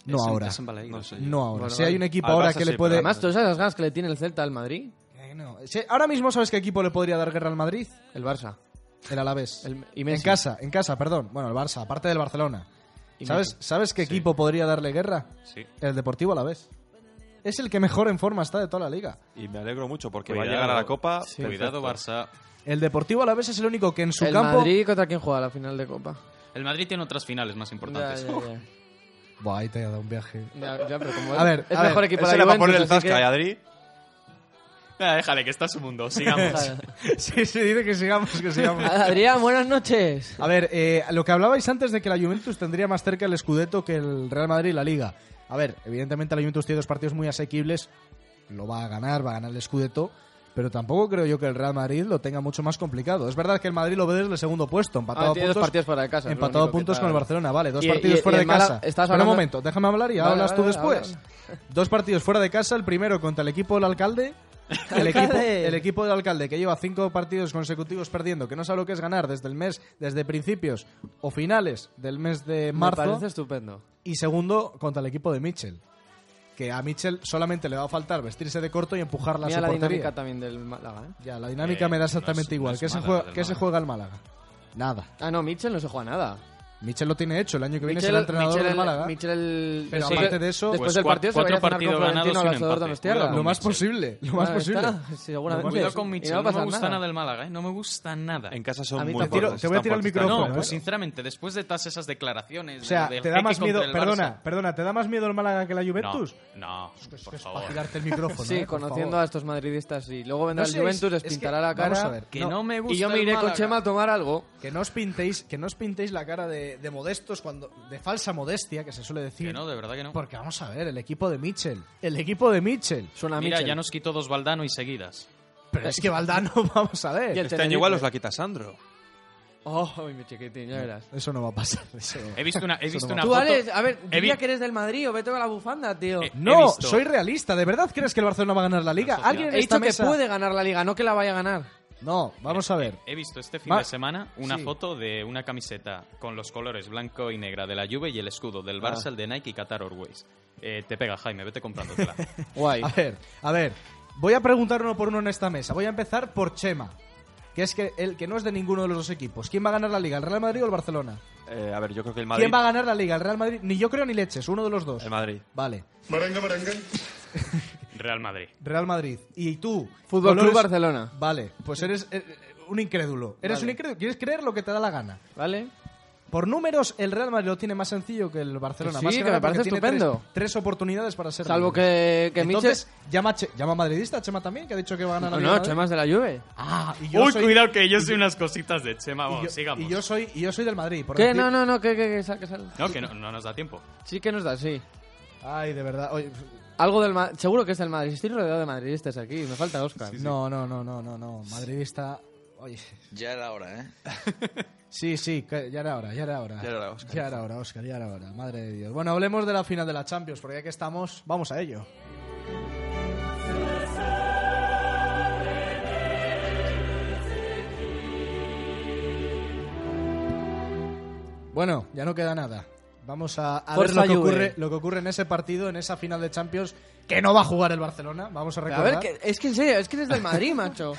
Speaker 1: no
Speaker 3: Es en-
Speaker 1: ahora.
Speaker 3: es en Valladolid.
Speaker 5: No sé.
Speaker 1: No ahora.
Speaker 4: Bueno,
Speaker 1: si hay
Speaker 4: vale.
Speaker 1: un equipo
Speaker 5: Al
Speaker 1: ahora
Speaker 5: Barça
Speaker 1: que
Speaker 5: sí,
Speaker 1: le
Speaker 5: pero
Speaker 1: puede...
Speaker 4: Además, todas esas ganas que le tiene el Celta al Madrid,
Speaker 1: Eh, no. Si- ahora mismo sabes qué equipo le podría dar guerra al Madrid.
Speaker 4: el Barça.
Speaker 1: El Alavés.
Speaker 4: El- y
Speaker 1: en
Speaker 4: Messi.
Speaker 1: casa, en casa, perdón. Bueno, el Barça, aparte del Barcelona.
Speaker 4: Y
Speaker 1: ¿Sabes, ¿Sabes qué equipo podría darle guerra?
Speaker 3: Sí.
Speaker 1: El Deportivo Alavés. Es el que mejor en forma está de toda la liga.
Speaker 5: Y me alegro mucho porque va a
Speaker 3: Cuidado.
Speaker 5: llegar a la Copa.
Speaker 4: Sí.
Speaker 3: Cuidado, Barça.
Speaker 1: El Deportivo Alavés es el único que en su
Speaker 4: el
Speaker 1: campo...
Speaker 4: Madrid contra quién juega la final de Copa.
Speaker 3: El Madrid tiene otras finales más importantes. <laughs>
Speaker 4: Ya, ya,
Speaker 1: Buah, ahí te ha dado un
Speaker 4: <laughs>
Speaker 1: viaje.
Speaker 4: ya. Ya, ya, pero como
Speaker 1: A ver,
Speaker 4: es
Speaker 1: a
Speaker 4: mejor
Speaker 1: ver,
Speaker 4: equipo
Speaker 5: Ese
Speaker 4: la
Speaker 5: era para poner el
Speaker 4: Juventus, así
Speaker 5: zasca, ¿eh,
Speaker 4: que-
Speaker 5: Adri?
Speaker 3: Nada, déjale, que está su mundo.
Speaker 4: <laughs>
Speaker 3: Sigamos.
Speaker 1: sí, sí, dice que sigamos, que sigamos.
Speaker 4: Adrián, buenas
Speaker 1: <laughs>
Speaker 4: noches.
Speaker 1: A ver, eh, lo que hablabais antes de que la Juventus tendría más cerca el Scudetto que el Real Madrid y la Liga. A ver, evidentemente la Juventus tiene dos partidos muy asequibles, lo va a ganar, va a ganar el Scudetto, pero tampoco creo yo que el Real Madrid lo tenga mucho más complicado. Es verdad que el Madrid lo ve desde el segundo puesto, empatado
Speaker 4: Ah,
Speaker 1: a
Speaker 4: tiene dos
Speaker 1: puntos,
Speaker 4: partidos fuera de casa, es lo
Speaker 1: empatado a
Speaker 4: único que
Speaker 1: puntos
Speaker 4: tal.
Speaker 1: con el Barcelona, vale, dos
Speaker 4: Y-
Speaker 1: partidos
Speaker 4: y-
Speaker 1: fuera
Speaker 4: y
Speaker 1: de
Speaker 4: el
Speaker 1: casa.
Speaker 4: Málaga- estás
Speaker 1: Espera un
Speaker 4: hablando-
Speaker 1: momento, déjame hablar y
Speaker 4: Vale,
Speaker 1: hablas tú
Speaker 4: vale, vale,
Speaker 1: después. Dos partidos fuera de casa, el primero contra el equipo del alcalde. El equipo,
Speaker 4: ¡Alcalde!
Speaker 1: el equipo del alcalde que lleva cinco partidos consecutivos perdiendo, que no sabe lo que es ganar desde el mes, desde principios o finales del mes de
Speaker 4: Me
Speaker 1: marzo.
Speaker 4: parece estupendo.
Speaker 1: Y segundo, contra el equipo de Mitchell. Que a Mitchell solamente le va a faltar vestirse de corto y empujarla a
Speaker 4: Mira
Speaker 1: su
Speaker 4: la dinámica
Speaker 1: portería.
Speaker 4: también del Málaga, ¿eh?
Speaker 1: Ya, la dinámica
Speaker 3: Eh,
Speaker 1: me da
Speaker 3: no es-
Speaker 1: exactamente
Speaker 3: no
Speaker 1: igual.
Speaker 3: es
Speaker 1: ¿Qué, se
Speaker 3: mala
Speaker 1: juega,
Speaker 3: del
Speaker 1: ¿Qué se
Speaker 3: Málaga.
Speaker 1: juega el Málaga? Nada.
Speaker 4: Ah, no, Mitchell no se juega nada.
Speaker 1: Mitchell lo tiene hecho. El año que viene será
Speaker 4: Mitchell-
Speaker 1: entrenador
Speaker 4: Mitchell-
Speaker 1: del Málaga.
Speaker 4: Mitchell el-
Speaker 1: Pero
Speaker 4: después
Speaker 1: aparte de eso-
Speaker 4: después
Speaker 3: Pues
Speaker 4: del
Speaker 3: cua-
Speaker 4: partido se
Speaker 3: cuatro
Speaker 4: va a cenar
Speaker 3: partidos
Speaker 4: con Florentino
Speaker 3: ganados y un
Speaker 4: Salvador
Speaker 3: empate.
Speaker 4: Donostiarra.
Speaker 3: Cuidado.
Speaker 1: lo más
Speaker 3: Mitchell.
Speaker 1: posible. Lo más
Speaker 4: Ah,
Speaker 1: posible.
Speaker 4: está, seguramente.
Speaker 1: Lo más
Speaker 3: Cuidado
Speaker 1: posible.
Speaker 3: con
Speaker 4: Y
Speaker 3: Mitchell.
Speaker 4: no
Speaker 3: No,
Speaker 4: va a
Speaker 3: me
Speaker 4: pasar
Speaker 3: gusta
Speaker 4: nada.
Speaker 3: nada. el Málaga, ¿eh? No me gusta nada.
Speaker 5: En casa son
Speaker 4: A mí
Speaker 5: muy
Speaker 4: tampoco.
Speaker 5: fuertes,
Speaker 1: Te voy a tirar
Speaker 5: están
Speaker 1: el
Speaker 5: fuertes,
Speaker 1: micrófono,
Speaker 5: están
Speaker 3: No,
Speaker 1: Bueno,
Speaker 5: fuertes.
Speaker 3: pues sinceramente, después de todas esas declaraciones.
Speaker 1: O sea,
Speaker 3: del
Speaker 1: te da
Speaker 3: jeque
Speaker 1: más
Speaker 3: contra
Speaker 1: miedo.
Speaker 3: el
Speaker 1: Perdona,
Speaker 3: Barça.
Speaker 1: perdona, ¿te da más miedo el Málaga que la
Speaker 3: No,
Speaker 1: Juventus?
Speaker 3: No,
Speaker 1: Es que
Speaker 3: por
Speaker 1: es para
Speaker 3: favor.
Speaker 1: girarte el micrófono.
Speaker 4: Sí,
Speaker 1: eh, por
Speaker 4: conociendo
Speaker 1: favor.
Speaker 4: a estos madridistas, sí. Luego vendrá
Speaker 1: No
Speaker 4: el
Speaker 1: sé,
Speaker 4: Juventus,
Speaker 1: es-
Speaker 4: les
Speaker 1: es que-
Speaker 4: pintará la cara.
Speaker 1: vamos a ver.
Speaker 3: Que
Speaker 1: No,
Speaker 3: no, me gusta.
Speaker 4: Y yo me
Speaker 3: el
Speaker 4: iré con
Speaker 3: Málaga.
Speaker 4: Chema a tomar algo.
Speaker 1: Que no os pintéis, que no os pintéis la cara de, de modestos cuando de falsa modestia que se suele decir.
Speaker 3: Que no, de verdad que no.
Speaker 1: Porque vamos a ver, el equipo de Mitchell, el equipo de Mitchell.
Speaker 4: Suena a
Speaker 3: Mira,
Speaker 4: Mitchell.
Speaker 3: ya nos quitó dos Valdano y seguidas.
Speaker 1: Pero
Speaker 4: <laughs>
Speaker 1: es que Valdano, <laughs> vamos a ver.
Speaker 4: Y el
Speaker 5: Este año
Speaker 4: Tenerife.
Speaker 5: igual os la quita Sandro.
Speaker 4: Oh, mi chiquitín, ya verás.
Speaker 1: Eso no va a
Speaker 3: <laughs>
Speaker 1: pasar. eso no va a
Speaker 3: He visto una, he
Speaker 1: Eso
Speaker 3: visto
Speaker 1: no
Speaker 3: una
Speaker 4: Tú,
Speaker 3: foto.
Speaker 4: Alex, a ver,
Speaker 3: He vi-
Speaker 4: diría que eres del Madrid o vete con la bufanda, tío.
Speaker 3: Eh,
Speaker 1: No,
Speaker 3: He visto.
Speaker 1: soy realista. ¿De verdad crees que el Barcelona va a ganar la liga?
Speaker 3: Eso sí.
Speaker 1: ¿Alguien en
Speaker 4: He
Speaker 1: esta
Speaker 4: dicho que
Speaker 1: mesa?
Speaker 4: puede ganar la liga, no que la vaya a ganar.
Speaker 1: No, vamos a ver.
Speaker 3: He visto este fin
Speaker 1: Ma-
Speaker 3: de semana una
Speaker 1: Sí.
Speaker 3: foto de una camiseta con los colores blanco y negra de la Juve y el escudo del
Speaker 1: Ah.
Speaker 3: Barça, el de Nike y Qatar Airways. Eh, te pega, Jaime,
Speaker 1: <laughs>
Speaker 3: vete comprándotela.
Speaker 4: Guay.
Speaker 1: A ver, a ver. Voy a preguntar uno por uno en esta mesa. Voy a empezar por Chema. Que es que el que no es de ninguno de los dos equipos. ¿Quién va a ganar la liga, el Real Madrid o el Barcelona?
Speaker 5: Eh, a ver, yo creo que el Madrid.
Speaker 1: ¿Quién va a ganar la liga, el Real Madrid? Ni yo creo ni leches, uno de los dos.
Speaker 5: El Madrid.
Speaker 1: Vale.
Speaker 3: Real Madrid.
Speaker 1: Real Madrid. Y tú,
Speaker 4: Fútbol Club
Speaker 1: colores-
Speaker 4: Barcelona.
Speaker 1: Vale, pues eres eh, eh, un incrédulo. Eres
Speaker 4: Vale.
Speaker 1: un incrédulo, quieres creer lo que te da la gana.
Speaker 4: ¿Vale?
Speaker 1: Por números, el Real Madrid lo tiene más sencillo que el Barcelona.
Speaker 4: Que sí,
Speaker 1: más
Speaker 4: que
Speaker 1: nada
Speaker 4: me parece
Speaker 1: porque tiene
Speaker 4: estupendo.
Speaker 1: Tres, tres oportunidades para ser.
Speaker 4: Salvo
Speaker 1: líder.
Speaker 4: que, que
Speaker 1: Entonces, llama, a Che- llama a madridista, a Chema también, que ha dicho que va a
Speaker 4: Mitchell.
Speaker 1: ganar
Speaker 4: No,
Speaker 1: la Liga
Speaker 4: no,
Speaker 1: Madrid.
Speaker 4: Chema es de la Juve.
Speaker 1: Ah, y yo
Speaker 3: Uy,
Speaker 1: soy,
Speaker 3: cuidado que yo soy unas cositas de Chema.
Speaker 1: y
Speaker 3: Vamos,
Speaker 1: yo,
Speaker 3: sigamos.
Speaker 1: y yo soy y yo soy del Madrid. por
Speaker 4: ¿Qué?
Speaker 1: decir-
Speaker 4: No, no, no, que, que, que sal- que sal.
Speaker 3: No, que no, no nos da tiempo.
Speaker 4: Sí que nos da, sí.
Speaker 1: Ay, de verdad. oye,
Speaker 4: Algo del Ma- Seguro que es del Madrid. Estoy rodeado de madridistas aquí. Me falta Oscar.
Speaker 1: No, no, no, no, no, no. Madridista. Oye.
Speaker 8: Ya era hora, ¿eh?
Speaker 1: <laughs> Sí, sí, que- ya era hora, ya era hora.
Speaker 5: Ya era hora, Óscar.
Speaker 1: Ya era hora, Óscar, ya era hora. Madre de Dios. Bueno, hablemos de la final de la Champions, porque ya que estamos, vamos a ello. Bueno, ya no queda nada. Vamos a, a ver
Speaker 4: Forza
Speaker 1: lo que,
Speaker 4: Juve.
Speaker 1: ocurre, lo que ocurre en ese partido, en esa final de Champions, que no va a jugar el Barcelona. Vamos a
Speaker 4: Pero A
Speaker 1: recordar.
Speaker 4: ver, que- es que en serio, es que eres del <laughs> Madrid, macho.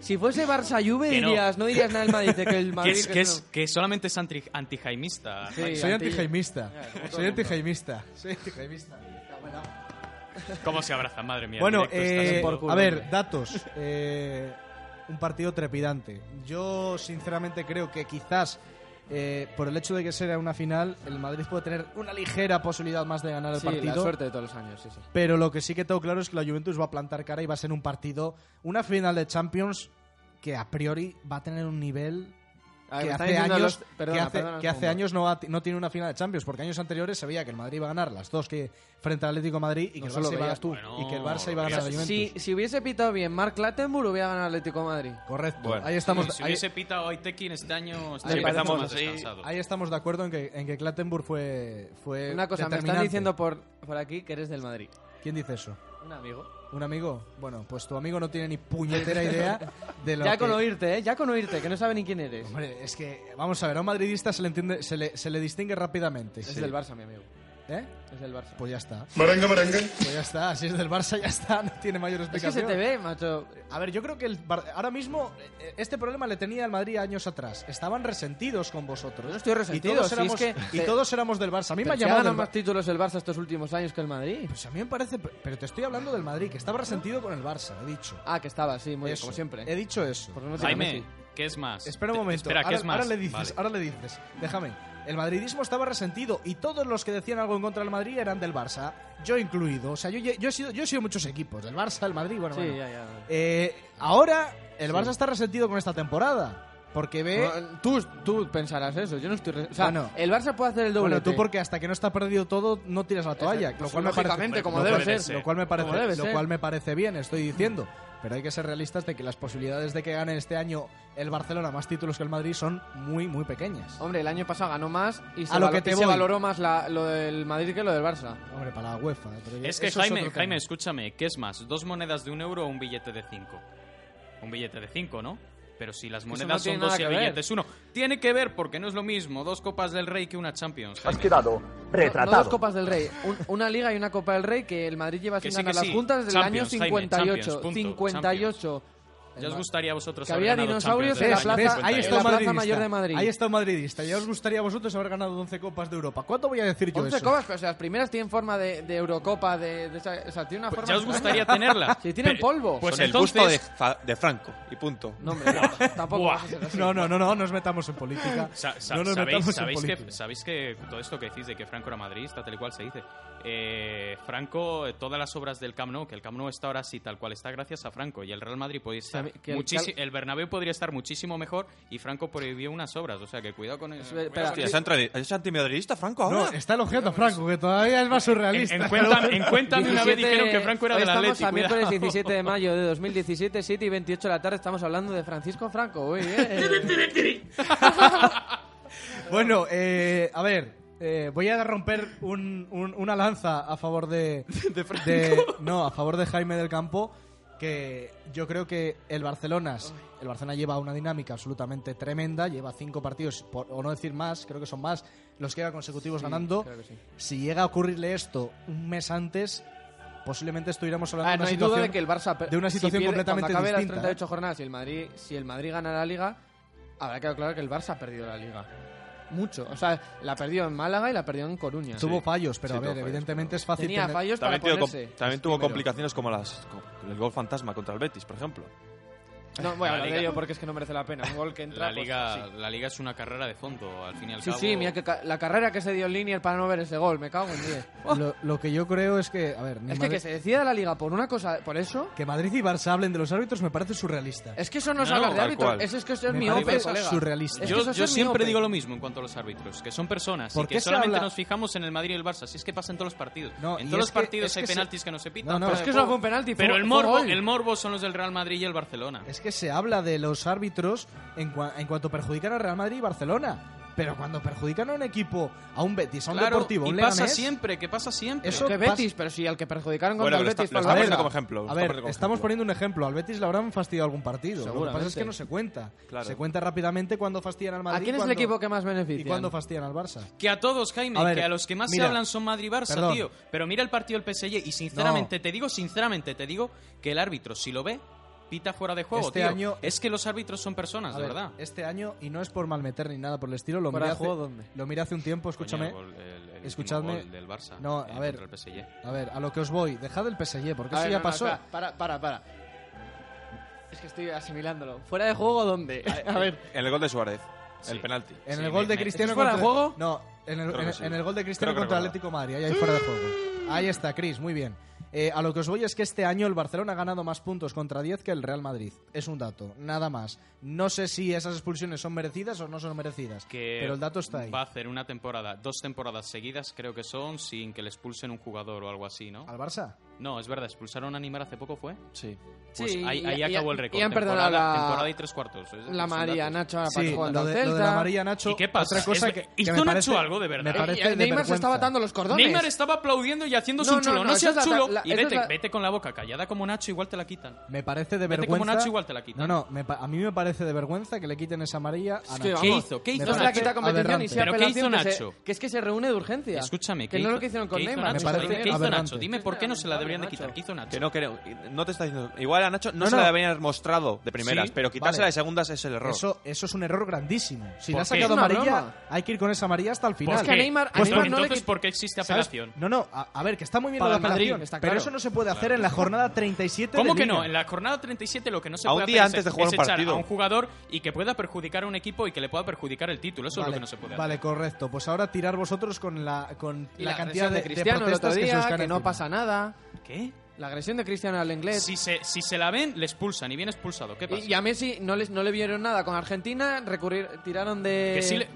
Speaker 4: Si fuese Barça Juve
Speaker 3: Que no.
Speaker 4: dirías, no. dirías nada del Madrid, de que el
Speaker 3: Que,
Speaker 4: Madrid
Speaker 3: es,
Speaker 4: que
Speaker 3: que,
Speaker 4: no.
Speaker 3: es, que solamente es anti- antijaimista.
Speaker 4: Sí,
Speaker 1: Soy
Speaker 4: anti-
Speaker 1: antijaimista.
Speaker 4: como todo
Speaker 1: Soy
Speaker 4: el mundo.
Speaker 1: antijaimista. Soy antijaimista.
Speaker 3: ¿Cómo se abrazan? Madre mía.
Speaker 1: Bueno,
Speaker 3: en directo está
Speaker 1: eh,
Speaker 3: siendo-
Speaker 4: por culo.
Speaker 1: a ver, datos. Eh, un partido trepidante. Yo sinceramente creo que quizás eh, por el hecho de que sea una final, el Madrid puede tener una ligera posibilidad más de ganar el
Speaker 4: Sí,
Speaker 1: partido.
Speaker 4: la suerte de todos los años, sí, sí.
Speaker 1: Pero lo que sí que tengo claro es que la Juventus va a plantar cara y va a ser un partido, una final de Champions que a priori va a tener un nivel
Speaker 4: A ver,
Speaker 1: que
Speaker 4: Ah, me están
Speaker 1: hace
Speaker 4: diciendo
Speaker 1: años
Speaker 4: los- perdona,
Speaker 1: que hace,
Speaker 4: perdona un
Speaker 1: que hace
Speaker 4: segundo.
Speaker 1: años no, ha- no tiene una final de Champions porque años anteriores sabía que el Madrid iba a ganar las dos que frente al Atlético de Madrid y
Speaker 4: No
Speaker 1: que el
Speaker 4: solo
Speaker 1: Barça iba a
Speaker 4: veías
Speaker 1: tú
Speaker 3: Bueno,
Speaker 1: y que el Barça iba a ganar a la Juventus.
Speaker 4: Si, si hubiese pitado bien Mark Lattenburg, hubiera ganado Atlético de Madrid.
Speaker 1: Correcto.
Speaker 5: Bueno.
Speaker 1: ahí estamos
Speaker 3: Si
Speaker 1: ahí,
Speaker 3: hubiese pitado Aitekin este año,
Speaker 4: Ahí
Speaker 3: estaríamos
Speaker 4: empezamos
Speaker 3: más
Speaker 5: así.
Speaker 3: descansados.
Speaker 1: ahí estamos de acuerdo en que en que Clattenburg fue fue
Speaker 4: Una cosa, me están
Speaker 1: Eh, determinante.
Speaker 4: diciendo por, por aquí que eres del Madrid.
Speaker 1: ¿Quién dice eso?
Speaker 4: Un amigo.
Speaker 1: ¿Un amigo? Bueno, pues tu amigo no tiene ni
Speaker 4: <laughs>
Speaker 1: puñetera idea de lo
Speaker 4: Ya
Speaker 1: que
Speaker 4: con oírte, ¿eh? Ya con oírte, que no sabe ni quién eres.
Speaker 1: Hombre, es que, vamos a ver, a un madridista se le, entiende, se le, se le distingue rápidamente.
Speaker 4: Es del Barça, mi amigo.
Speaker 1: ¿Eh?
Speaker 4: Es del Barça.
Speaker 1: Pues ya está. Pues ya está, si es del Barça ya está, no tiene mayor
Speaker 4: Es que
Speaker 1: explicación.
Speaker 4: se te ve, macho.
Speaker 1: A ver, yo creo que el Bar- ahora mismo eh, este problema le tenía al Madrid años atrás. Estaban resentidos con vosotros.
Speaker 4: Yo no estoy resentido,
Speaker 1: Y todos
Speaker 4: si es
Speaker 1: éramos,
Speaker 4: que-
Speaker 1: y todos éramos del Barça. A mí
Speaker 4: Pero
Speaker 1: me ha
Speaker 4: si ha
Speaker 1: llamado...
Speaker 4: ganado
Speaker 1: del
Speaker 4: más
Speaker 1: Bar-
Speaker 4: títulos el Barça estos últimos años que el Madrid.
Speaker 1: Pues a mí me parece... Pero te estoy hablando del Madrid, que estaba resentido con el Barça, he dicho.
Speaker 4: Ah, que estaba, sí, muy bien,
Speaker 1: Eso.
Speaker 4: como siempre.
Speaker 1: He dicho eso.
Speaker 4: Porque no tiene
Speaker 3: Jaime,
Speaker 4: Messi.
Speaker 3: ¿qué es más?
Speaker 1: Espera un
Speaker 3: Te-
Speaker 1: momento.
Speaker 3: Espera, ¿qué
Speaker 1: ahora,
Speaker 3: es más?
Speaker 1: ahora le dices,
Speaker 3: Vale.
Speaker 1: ahora le dices. Déjame. El madridismo estaba resentido y todos los que decían algo en contra del Madrid eran del Barça, yo incluido. O sea, yo, yo he, sido, yo he sido muchos equipos, del Barça, el Madrid, bueno,
Speaker 4: Sí,
Speaker 1: bueno.
Speaker 4: ya, ya.
Speaker 1: Eh, ahora el Barça está resentido con esta temporada porque ve...
Speaker 4: Bueno, ¿Eh? Tú, tú pensarás eso, yo no estoy... re- O sea,
Speaker 1: Bueno.
Speaker 4: el Barça puede hacer el doble.
Speaker 1: Bueno, tú porque hasta que no está perdido todo no tiras la toalla, lo cual me
Speaker 4: lógicamente,
Speaker 1: parece
Speaker 4: como
Speaker 1: lo
Speaker 4: debe
Speaker 1: cual-
Speaker 4: ser.
Speaker 1: lo cual me
Speaker 4: Como debe
Speaker 1: parece lo
Speaker 4: ser.
Speaker 1: cual me parece bien, estoy diciendo, pero hay que ser realistas de que las posibilidades de que gane este año el Barcelona más títulos que el Madrid son muy muy pequeñas.
Speaker 4: Hombre, el año pasado ganó más y se,
Speaker 1: A lo
Speaker 4: valo-
Speaker 1: que te
Speaker 4: y se
Speaker 1: voy.
Speaker 4: valoró más la- lo del Madrid que lo del Barça.
Speaker 1: Hombre, para la UEFA. ¿eh? pero
Speaker 3: Es que
Speaker 1: eso
Speaker 3: Jaime,
Speaker 1: otro tema.
Speaker 3: Jaime, escúchame, ¿qué es más? ¿Dos monedas de un euro o un billete de cinco? Un billete de cinco, ¿no? Pero si las
Speaker 4: no
Speaker 3: monedas
Speaker 4: tiene
Speaker 3: son dos
Speaker 4: nada
Speaker 3: y el
Speaker 4: que ver.
Speaker 3: billete es uno. Tiene que ver porque no es lo mismo dos copas del rey que una Champions. Jaime.
Speaker 4: Retratado. No, dos Copas del Rey, un- una Liga y una Copa del Rey que el Madrid lleva
Speaker 3: Que
Speaker 4: sin
Speaker 3: sí, que
Speaker 4: ganar
Speaker 3: sí.
Speaker 4: las juntas desde
Speaker 3: Champions,
Speaker 4: el
Speaker 3: Jaime,
Speaker 4: año 58.
Speaker 3: Champions, punto,
Speaker 4: 58.
Speaker 3: Ya os gustaría a vosotros
Speaker 4: Que
Speaker 3: haber
Speaker 4: había
Speaker 3: ganado
Speaker 4: dinosaurios
Speaker 3: Champions
Speaker 4: en la
Speaker 3: desde el año
Speaker 4: plaza-
Speaker 1: Ahí
Speaker 3: 58.
Speaker 1: está un
Speaker 4: la plaza
Speaker 1: madridista.
Speaker 4: mayor de Madrid.
Speaker 1: Ahí está un madridista. Ya os gustaría a vosotros haber ganado 11 copas de Europa. ¿Cuánto voy a decir yo
Speaker 4: 11
Speaker 1: eso?
Speaker 4: copas, pero o sea, las primeras tienen forma de, de Eurocopa, de, de esa- o sea, tiene una
Speaker 3: Pues
Speaker 4: forma...
Speaker 3: ya os gustaría tenerla.
Speaker 4: <laughs> Si tienen
Speaker 3: Pe-
Speaker 4: polvo.
Speaker 3: Pues
Speaker 5: Son el
Speaker 3: entonces,
Speaker 5: gusto de, Fa- de Franco, y punto.
Speaker 4: No, hombre, no,
Speaker 3: <laughs>
Speaker 4: tampoco
Speaker 3: Buah.
Speaker 4: vas a ser
Speaker 1: <laughs>
Speaker 4: así.
Speaker 1: No, no, no, no, no nos metamos en política.
Speaker 3: Sa- sa-
Speaker 1: no nos
Speaker 3: sabéis,
Speaker 1: metamos
Speaker 3: sabéis
Speaker 1: en
Speaker 3: que,
Speaker 1: política.
Speaker 3: sabéis que todo esto que decís de que Franco era madridista, tal y cual se dice. eh, Franco, eh, todas las obras del Camp Nou, que el Camp Nou está ahora así, tal cual está, gracias a Franco. Y el Real Madrid podía estar
Speaker 4: sea, que el
Speaker 3: muchísimo.
Speaker 4: Cal-
Speaker 3: El Bernabéu podría estar muchísimo mejor y Franco prohibió unas obras. O sea que cuidado con eso.
Speaker 4: Espera,
Speaker 3: cuidado con
Speaker 4: Sí.
Speaker 5: Hostia, ¿es anti- ¿es antimedrista Franco
Speaker 1: No,
Speaker 5: ahora?
Speaker 1: está elogiando a Franco, que todavía es más
Speaker 3: eso.
Speaker 1: surrealista.
Speaker 3: En, en cuéntame, en Cuéntame una vez
Speaker 4: 17
Speaker 3: dijeron que Franco era
Speaker 4: hoy
Speaker 3: del
Speaker 4: estamos
Speaker 3: Atlético.
Speaker 4: a miércoles 17 de mayo de 2017, 7 y 28 de la tarde, estamos hablando de Francisco Franco. Uy, eh.
Speaker 1: Bueno, eh, a ver, eh, voy a romper un- un- una lanza a favor
Speaker 4: <laughs>
Speaker 1: de, de- no, a favor de Jaime del Campo, que yo creo que el Barcelona, el Barcelona lleva una dinámica absolutamente tremenda, lleva cinco partidos, por- o no decir más, creo que son más, los que lleva consecutivos ganando.
Speaker 4: creo que sí.
Speaker 1: Si llega a ocurrirle esto un mes antes, posiblemente estuviéramos hablando
Speaker 4: Ah,
Speaker 1: de
Speaker 4: no
Speaker 1: una
Speaker 4: hay
Speaker 1: situación
Speaker 4: duda de que el Barça per-
Speaker 1: de una
Speaker 4: si
Speaker 1: situación
Speaker 4: pierde-
Speaker 1: completamente
Speaker 4: cuando acabe
Speaker 1: distinta. ¿eh?
Speaker 4: las 38 jornadas y el Madrid, si el Madrid gana la Liga, habrá quedado claro que el Barça ha perdido la Liga. Mucho, o sea, la perdió en Málaga y la perdió en Coruña.
Speaker 1: Tuvo fallos, pero
Speaker 5: Sí,
Speaker 1: a ver,
Speaker 5: tuvo fallos,
Speaker 1: evidentemente
Speaker 5: pero-
Speaker 1: es fácil
Speaker 4: Tenía
Speaker 1: tener-
Speaker 4: fallos para
Speaker 5: También, tuvo, com-
Speaker 4: ponerse.
Speaker 5: también tuvo
Speaker 1: primero.
Speaker 5: complicaciones como las como el gol fantasma contra el Betis, por ejemplo.
Speaker 4: No, voy
Speaker 3: La
Speaker 4: a hablar de
Speaker 3: Liga.
Speaker 4: ello porque es que no merece la pena. Un gol que
Speaker 3: La
Speaker 4: entra. pues,
Speaker 3: liga,
Speaker 4: sí.
Speaker 3: la liga es una carrera de fondo, al fin y al
Speaker 4: Sí,
Speaker 3: cabo.
Speaker 4: sí, mira que ca- la carrera que se dio en línea para no ver ese gol, me cago en 10.
Speaker 1: Lo, lo que yo creo es que, a ver, ni
Speaker 4: Es que,
Speaker 1: Madrid-
Speaker 4: que se decida la liga por una cosa, por eso.
Speaker 1: Que Madrid y Barça hablen de los árbitros me parece surrealista.
Speaker 4: Es que eso no es
Speaker 3: No,
Speaker 4: hablar de
Speaker 5: tal
Speaker 4: árbitro.
Speaker 5: cual.
Speaker 4: Eso es que eso es
Speaker 1: Me
Speaker 4: mi
Speaker 1: parece
Speaker 4: colega.
Speaker 1: surrealista.
Speaker 4: Es que
Speaker 3: Yo,
Speaker 4: eso es
Speaker 3: yo
Speaker 4: ser
Speaker 3: siempre
Speaker 4: miope.
Speaker 3: digo lo mismo en cuanto a los árbitros, que son personas
Speaker 1: ¿Por
Speaker 3: y
Speaker 1: qué
Speaker 3: que
Speaker 1: se
Speaker 3: solamente
Speaker 1: habla-
Speaker 3: nos fijamos en el Madrid y el Barça. Si es que pasa en todos los partidos.
Speaker 1: No, y
Speaker 3: en
Speaker 1: es
Speaker 3: todos los
Speaker 1: que-
Speaker 3: partidos
Speaker 1: es que
Speaker 3: hay
Speaker 1: se-
Speaker 3: penaltis que no se pitan.
Speaker 1: No, no,
Speaker 3: fuera
Speaker 4: es
Speaker 3: de
Speaker 4: que eso
Speaker 3: juego.
Speaker 4: no fue un penalti, fue-
Speaker 3: Pero el
Speaker 4: fue
Speaker 3: morbo,
Speaker 4: gol.
Speaker 3: el morbo son los del Real Madrid y el Barcelona.
Speaker 1: Es que se habla de los árbitros en, cua- en cuanto perjudican al Real Madrid y Barcelona. Pero cuando perjudican a un equipo, a un Betis, a un
Speaker 3: claro,
Speaker 1: Deportivo, a
Speaker 3: y
Speaker 1: un
Speaker 3: pasa
Speaker 1: Leganés,
Speaker 3: siempre, que pasa siempre.
Speaker 1: Eso
Speaker 4: Que
Speaker 1: pasa-
Speaker 4: Betis, pero si al que perjudicaron contra
Speaker 5: Bueno,
Speaker 4: el
Speaker 5: lo está-
Speaker 4: Betis
Speaker 5: lo
Speaker 4: fue
Speaker 5: está
Speaker 4: el
Speaker 5: poniendo
Speaker 4: Barça.
Speaker 5: como
Speaker 1: A
Speaker 5: ejemplo. lo está
Speaker 1: ver,
Speaker 5: poniendo como
Speaker 1: estamos
Speaker 5: ejemplo.
Speaker 1: poniendo un ejemplo. Al Betis le habrán fastidiado algún partido. Lo que pasa es
Speaker 4: Seguramente.
Speaker 1: que no se cuenta.
Speaker 5: Claro.
Speaker 1: Se cuenta rápidamente cuando fastidian al Madrid.
Speaker 4: ¿A quién es
Speaker 1: cuando-
Speaker 4: el equipo que más
Speaker 1: Y
Speaker 4: beneficia?
Speaker 1: cuando fastidian al Barça.
Speaker 3: Que a todos, Jaime,
Speaker 1: A ver,
Speaker 3: que a los que más
Speaker 1: mira,
Speaker 3: se hablan son Madrid-Barça,
Speaker 1: perdón.
Speaker 3: tío. Pero mira el partido del PSG y sinceramente, te digo, sinceramente, te digo que el árbitro, si lo ve, pita fuera de juego,
Speaker 1: Este
Speaker 3: tío.
Speaker 1: año-
Speaker 3: Es que los árbitros son personas,
Speaker 1: A
Speaker 3: de
Speaker 1: ver,
Speaker 3: verdad.
Speaker 1: Este año, y no es por malmeter ni nada por el estilo, lo
Speaker 4: ¿Fuera
Speaker 1: miré
Speaker 4: de
Speaker 1: hace,
Speaker 4: juego dónde?
Speaker 1: lo miré hace un tiempo, escúchame.
Speaker 3: Coño, el- el- el último
Speaker 1: Escuchadme.
Speaker 3: gol del Barça.
Speaker 1: No,
Speaker 3: eh,
Speaker 1: a ver.
Speaker 3: contra el PSG.
Speaker 1: A ver, a lo que os voy. Dejad el PSG, porque
Speaker 4: A
Speaker 1: eso
Speaker 4: ver,
Speaker 1: ya
Speaker 4: no, no,
Speaker 1: pasó.
Speaker 4: espera, para, para, para. Es que estoy asimilándolo. ¿Fuera de juego dónde? <laughs> A ver.
Speaker 5: En el gol de Suárez,
Speaker 3: Sí.
Speaker 5: el penalti.
Speaker 1: en
Speaker 3: Sí,
Speaker 1: el gol
Speaker 3: me-
Speaker 1: de
Speaker 3: me-
Speaker 1: Cristiano
Speaker 4: ¿Es fuera de
Speaker 1: contra-
Speaker 4: juego?
Speaker 1: No, en el,
Speaker 5: Creo
Speaker 1: en-
Speaker 5: que sí.
Speaker 1: en el gol de Cristiano
Speaker 5: Creo que
Speaker 1: contra
Speaker 5: recuerdo.
Speaker 1: Atlético de Madrid. Ahí hay fuera de
Speaker 5: <gasps>
Speaker 1: juego. Ahí está, Chris, muy bien. Eh, a lo que os voy es que este año el Barcelona ha ganado más puntos contra 10 que el Real Madrid. Es un dato, nada más. No sé si esas expulsiones son merecidas o no son merecidas,
Speaker 3: Que
Speaker 1: pero el dato está ahí.
Speaker 3: Va a hacer una temporada, dos temporadas seguidas, creo que son, sin que le expulsen un jugador o algo así, ¿no?
Speaker 1: ¿Al Barça?
Speaker 3: No, es verdad, expulsaron a Neymar hace poco, ¿fue?
Speaker 5: Sí.
Speaker 3: Pues
Speaker 4: Sí,
Speaker 3: ahí,
Speaker 4: y-
Speaker 3: ahí
Speaker 4: y-
Speaker 3: acabó el
Speaker 4: y
Speaker 3: récord.
Speaker 4: han perdonado
Speaker 3: temporada,
Speaker 4: la-
Speaker 3: temporada y tres cuartos. Es-
Speaker 4: La
Speaker 3: son
Speaker 4: María
Speaker 3: datos.
Speaker 4: Nacho ahora para
Speaker 1: Sí,
Speaker 4: jugar
Speaker 1: lo
Speaker 4: al
Speaker 1: de, lo de
Speaker 4: Celta.
Speaker 1: la María Nacho.
Speaker 3: ¿Y qué pasa?
Speaker 1: Otra cosa
Speaker 3: Es-
Speaker 1: que,
Speaker 3: ¿hizo
Speaker 1: que me
Speaker 3: Nacho
Speaker 1: parece-
Speaker 3: algo de verdad?
Speaker 1: Me
Speaker 3: Eh,
Speaker 1: parece
Speaker 4: Eh,
Speaker 1: de
Speaker 4: Neymar se
Speaker 1: vergüenza.
Speaker 4: estaba atando los cordones.
Speaker 3: Neymar estaba aplaudiendo y haciéndose
Speaker 4: No,
Speaker 3: un chulo.
Speaker 4: no,
Speaker 3: No,
Speaker 4: no, eso
Speaker 3: seas
Speaker 4: es la-
Speaker 3: chulo.
Speaker 4: la-
Speaker 3: y
Speaker 4: eso es
Speaker 3: vete,
Speaker 4: la-
Speaker 3: vete con la boca callada como Nacho, igual te la quitan.
Speaker 1: Me parece de
Speaker 3: Vete
Speaker 1: vergüenza.
Speaker 3: como Nacho, igual te la quitan.
Speaker 1: No, no, me pa- a mí me parece de vergüenza que le quiten esa amarilla a
Speaker 4: Es
Speaker 1: Ah, Nacho.
Speaker 4: que
Speaker 3: ¿Qué
Speaker 4: vamos,
Speaker 3: hizo? ¿Qué hizo
Speaker 4: No se la
Speaker 3: Nacho?
Speaker 4: quita competición y
Speaker 1: Aberrante.
Speaker 4: sea
Speaker 3: ¿Pero qué
Speaker 4: apelación
Speaker 3: hizo
Speaker 4: que se-
Speaker 3: Nacho?
Speaker 4: que es que se reúne de urgencia.
Speaker 3: Escúchame,
Speaker 4: Que
Speaker 3: ¿qué
Speaker 4: no
Speaker 3: hizo-
Speaker 4: lo que hicieron
Speaker 3: qué
Speaker 4: con
Speaker 3: hizo
Speaker 4: Neymar.
Speaker 3: Nacho?
Speaker 1: Me parece
Speaker 3: Dime, ¿Qué hizo
Speaker 1: aberrante.
Speaker 3: Nacho? Dime por qué no se la deberían de quitar. ¿Qué hizo
Speaker 5: Que
Speaker 3: Nacho?
Speaker 5: no creo. No te está diciendo. Igual a Nacho no, se
Speaker 1: no.
Speaker 5: la habían mostrado de primeras,
Speaker 1: Sí,
Speaker 5: pero quitársela
Speaker 1: vale.
Speaker 5: de segundas es el error.
Speaker 1: Eso, eso es un error grandísimo. Si
Speaker 3: ¿Por
Speaker 1: le ha
Speaker 3: qué?
Speaker 1: sacado
Speaker 4: Es una
Speaker 1: amarilla,
Speaker 4: broma.
Speaker 1: hay que ir con esa amarilla hasta el final.
Speaker 4: Es que a
Speaker 3: ¿Qué?
Speaker 4: Neymar- a
Speaker 3: Pues
Speaker 4: Neymar no le
Speaker 3: entonces,
Speaker 4: quit-
Speaker 3: ¿por qué existe
Speaker 1: ¿Sabes?
Speaker 3: apelación?
Speaker 1: No, no, a, a ver, que está muy bien
Speaker 4: Para
Speaker 1: la
Speaker 4: el Madrid,
Speaker 1: apelación,
Speaker 4: está
Speaker 1: pero
Speaker 4: claro.
Speaker 1: eso no se puede hacer en la jornada 37
Speaker 3: ¿Cómo
Speaker 1: de
Speaker 3: que
Speaker 1: Liga.
Speaker 3: no? En la jornada 37 lo que no se
Speaker 5: A un
Speaker 3: puede
Speaker 5: día
Speaker 3: hacer
Speaker 5: antes
Speaker 3: es,
Speaker 5: de jugar
Speaker 3: es
Speaker 5: un
Speaker 3: echar
Speaker 5: partido.
Speaker 3: a un jugador y que pueda perjudicar a un equipo y que le pueda perjudicar el título. Eso
Speaker 1: vale,
Speaker 3: es lo que no se puede hacer.
Speaker 1: Vale, correcto. Pues ahora tirar vosotros con la, con
Speaker 4: Y
Speaker 1: la, cantidad
Speaker 4: agresión
Speaker 1: de,
Speaker 4: de
Speaker 1: de
Speaker 4: Cristiano el otro
Speaker 1: protestas que se
Speaker 4: día,
Speaker 1: os
Speaker 4: que,
Speaker 1: caen
Speaker 4: no
Speaker 1: encima.
Speaker 4: pasa nada.
Speaker 3: ¿Qué?
Speaker 4: La agresión de Cristiano al inglés.
Speaker 3: Si se, si se la ven, le expulsan y viene expulsado. ¿Qué pasa?
Speaker 4: Y, y a Messi no, les, no le vieron nada con Argentina, recurrir, tiraron de,
Speaker 3: Que sí le-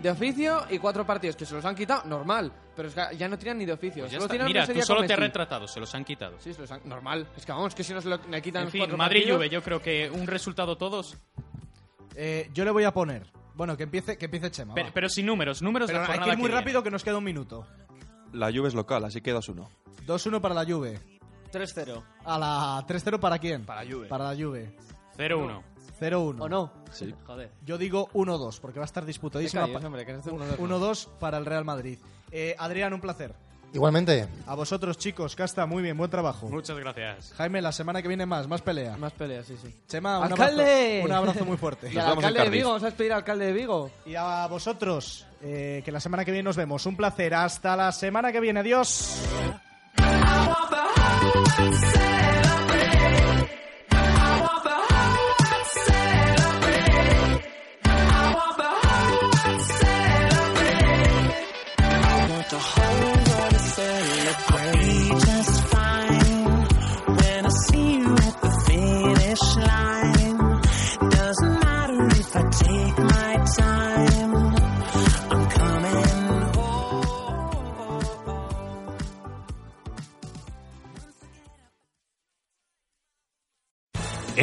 Speaker 4: de oficio y cuatro partidos que se los han quitado, normal. Pero es que ya no tiran ni de oficio.
Speaker 3: Pues ya
Speaker 4: solo
Speaker 3: está.
Speaker 4: tiran
Speaker 3: Mira,
Speaker 4: ese
Speaker 3: tú
Speaker 4: día
Speaker 3: solo
Speaker 4: con
Speaker 3: te has
Speaker 4: Messi.
Speaker 3: retratado, se los han quitado.
Speaker 4: Sí, se los han- normal. Es que vamos, que si nos lo, le quitan
Speaker 3: En
Speaker 4: los
Speaker 3: fin,
Speaker 4: cuatro
Speaker 3: Madrid-Juve,
Speaker 4: partidos-
Speaker 3: yo creo que un resultado todos,
Speaker 1: Eh, yo le voy a poner. Bueno, que empiece, que empiece Chema.
Speaker 3: pero,
Speaker 1: va.
Speaker 3: pero sin números, números de
Speaker 1: Pero
Speaker 3: la
Speaker 1: hay que
Speaker 3: jornada
Speaker 1: ir muy
Speaker 3: que viene.
Speaker 1: rápido que nos queda un minuto.
Speaker 5: La lluvia es local, así que 2-1.
Speaker 1: 2-1 para la Juve.
Speaker 4: 3-0.
Speaker 1: A la 3-0 para quién?
Speaker 4: Para la Juve.
Speaker 1: Para la Juve.
Speaker 3: 0-1.
Speaker 1: 0-1.
Speaker 4: ¿O no?
Speaker 5: Sí.
Speaker 4: Joder.
Speaker 1: Yo digo 1-2 porque va a estar
Speaker 4: Te
Speaker 1: disputadísima.
Speaker 4: calles, hombre, que eres uno de los-
Speaker 1: 1-2 para el Real Madrid. Eh, Adrián, un placer.
Speaker 6: Igualmente,
Speaker 1: A vosotros, chicos. Casta, muy bien, buen trabajo.
Speaker 3: Muchas gracias.
Speaker 1: Jaime, la semana que viene más, más pelea.
Speaker 4: Más peleas, sí, sí.
Speaker 1: Chema, un
Speaker 4: ¡Alcalde!
Speaker 1: abrazo, un abrazo muy
Speaker 4: <laughs>
Speaker 1: fuerte.
Speaker 4: Y al
Speaker 5: vemos
Speaker 4: alcalde
Speaker 5: en
Speaker 4: de
Speaker 5: Cardiff.
Speaker 4: Vigo, vamos a despedir al alcalde de Vigo.
Speaker 1: Y a vosotros, eh, que la semana que viene nos vemos. Un placer. Hasta la semana que viene. Adiós.
Speaker 7: want the whole world to celebrate just fine when I see you at the finish line. Doesn't matter if I take my time, I'm coming home.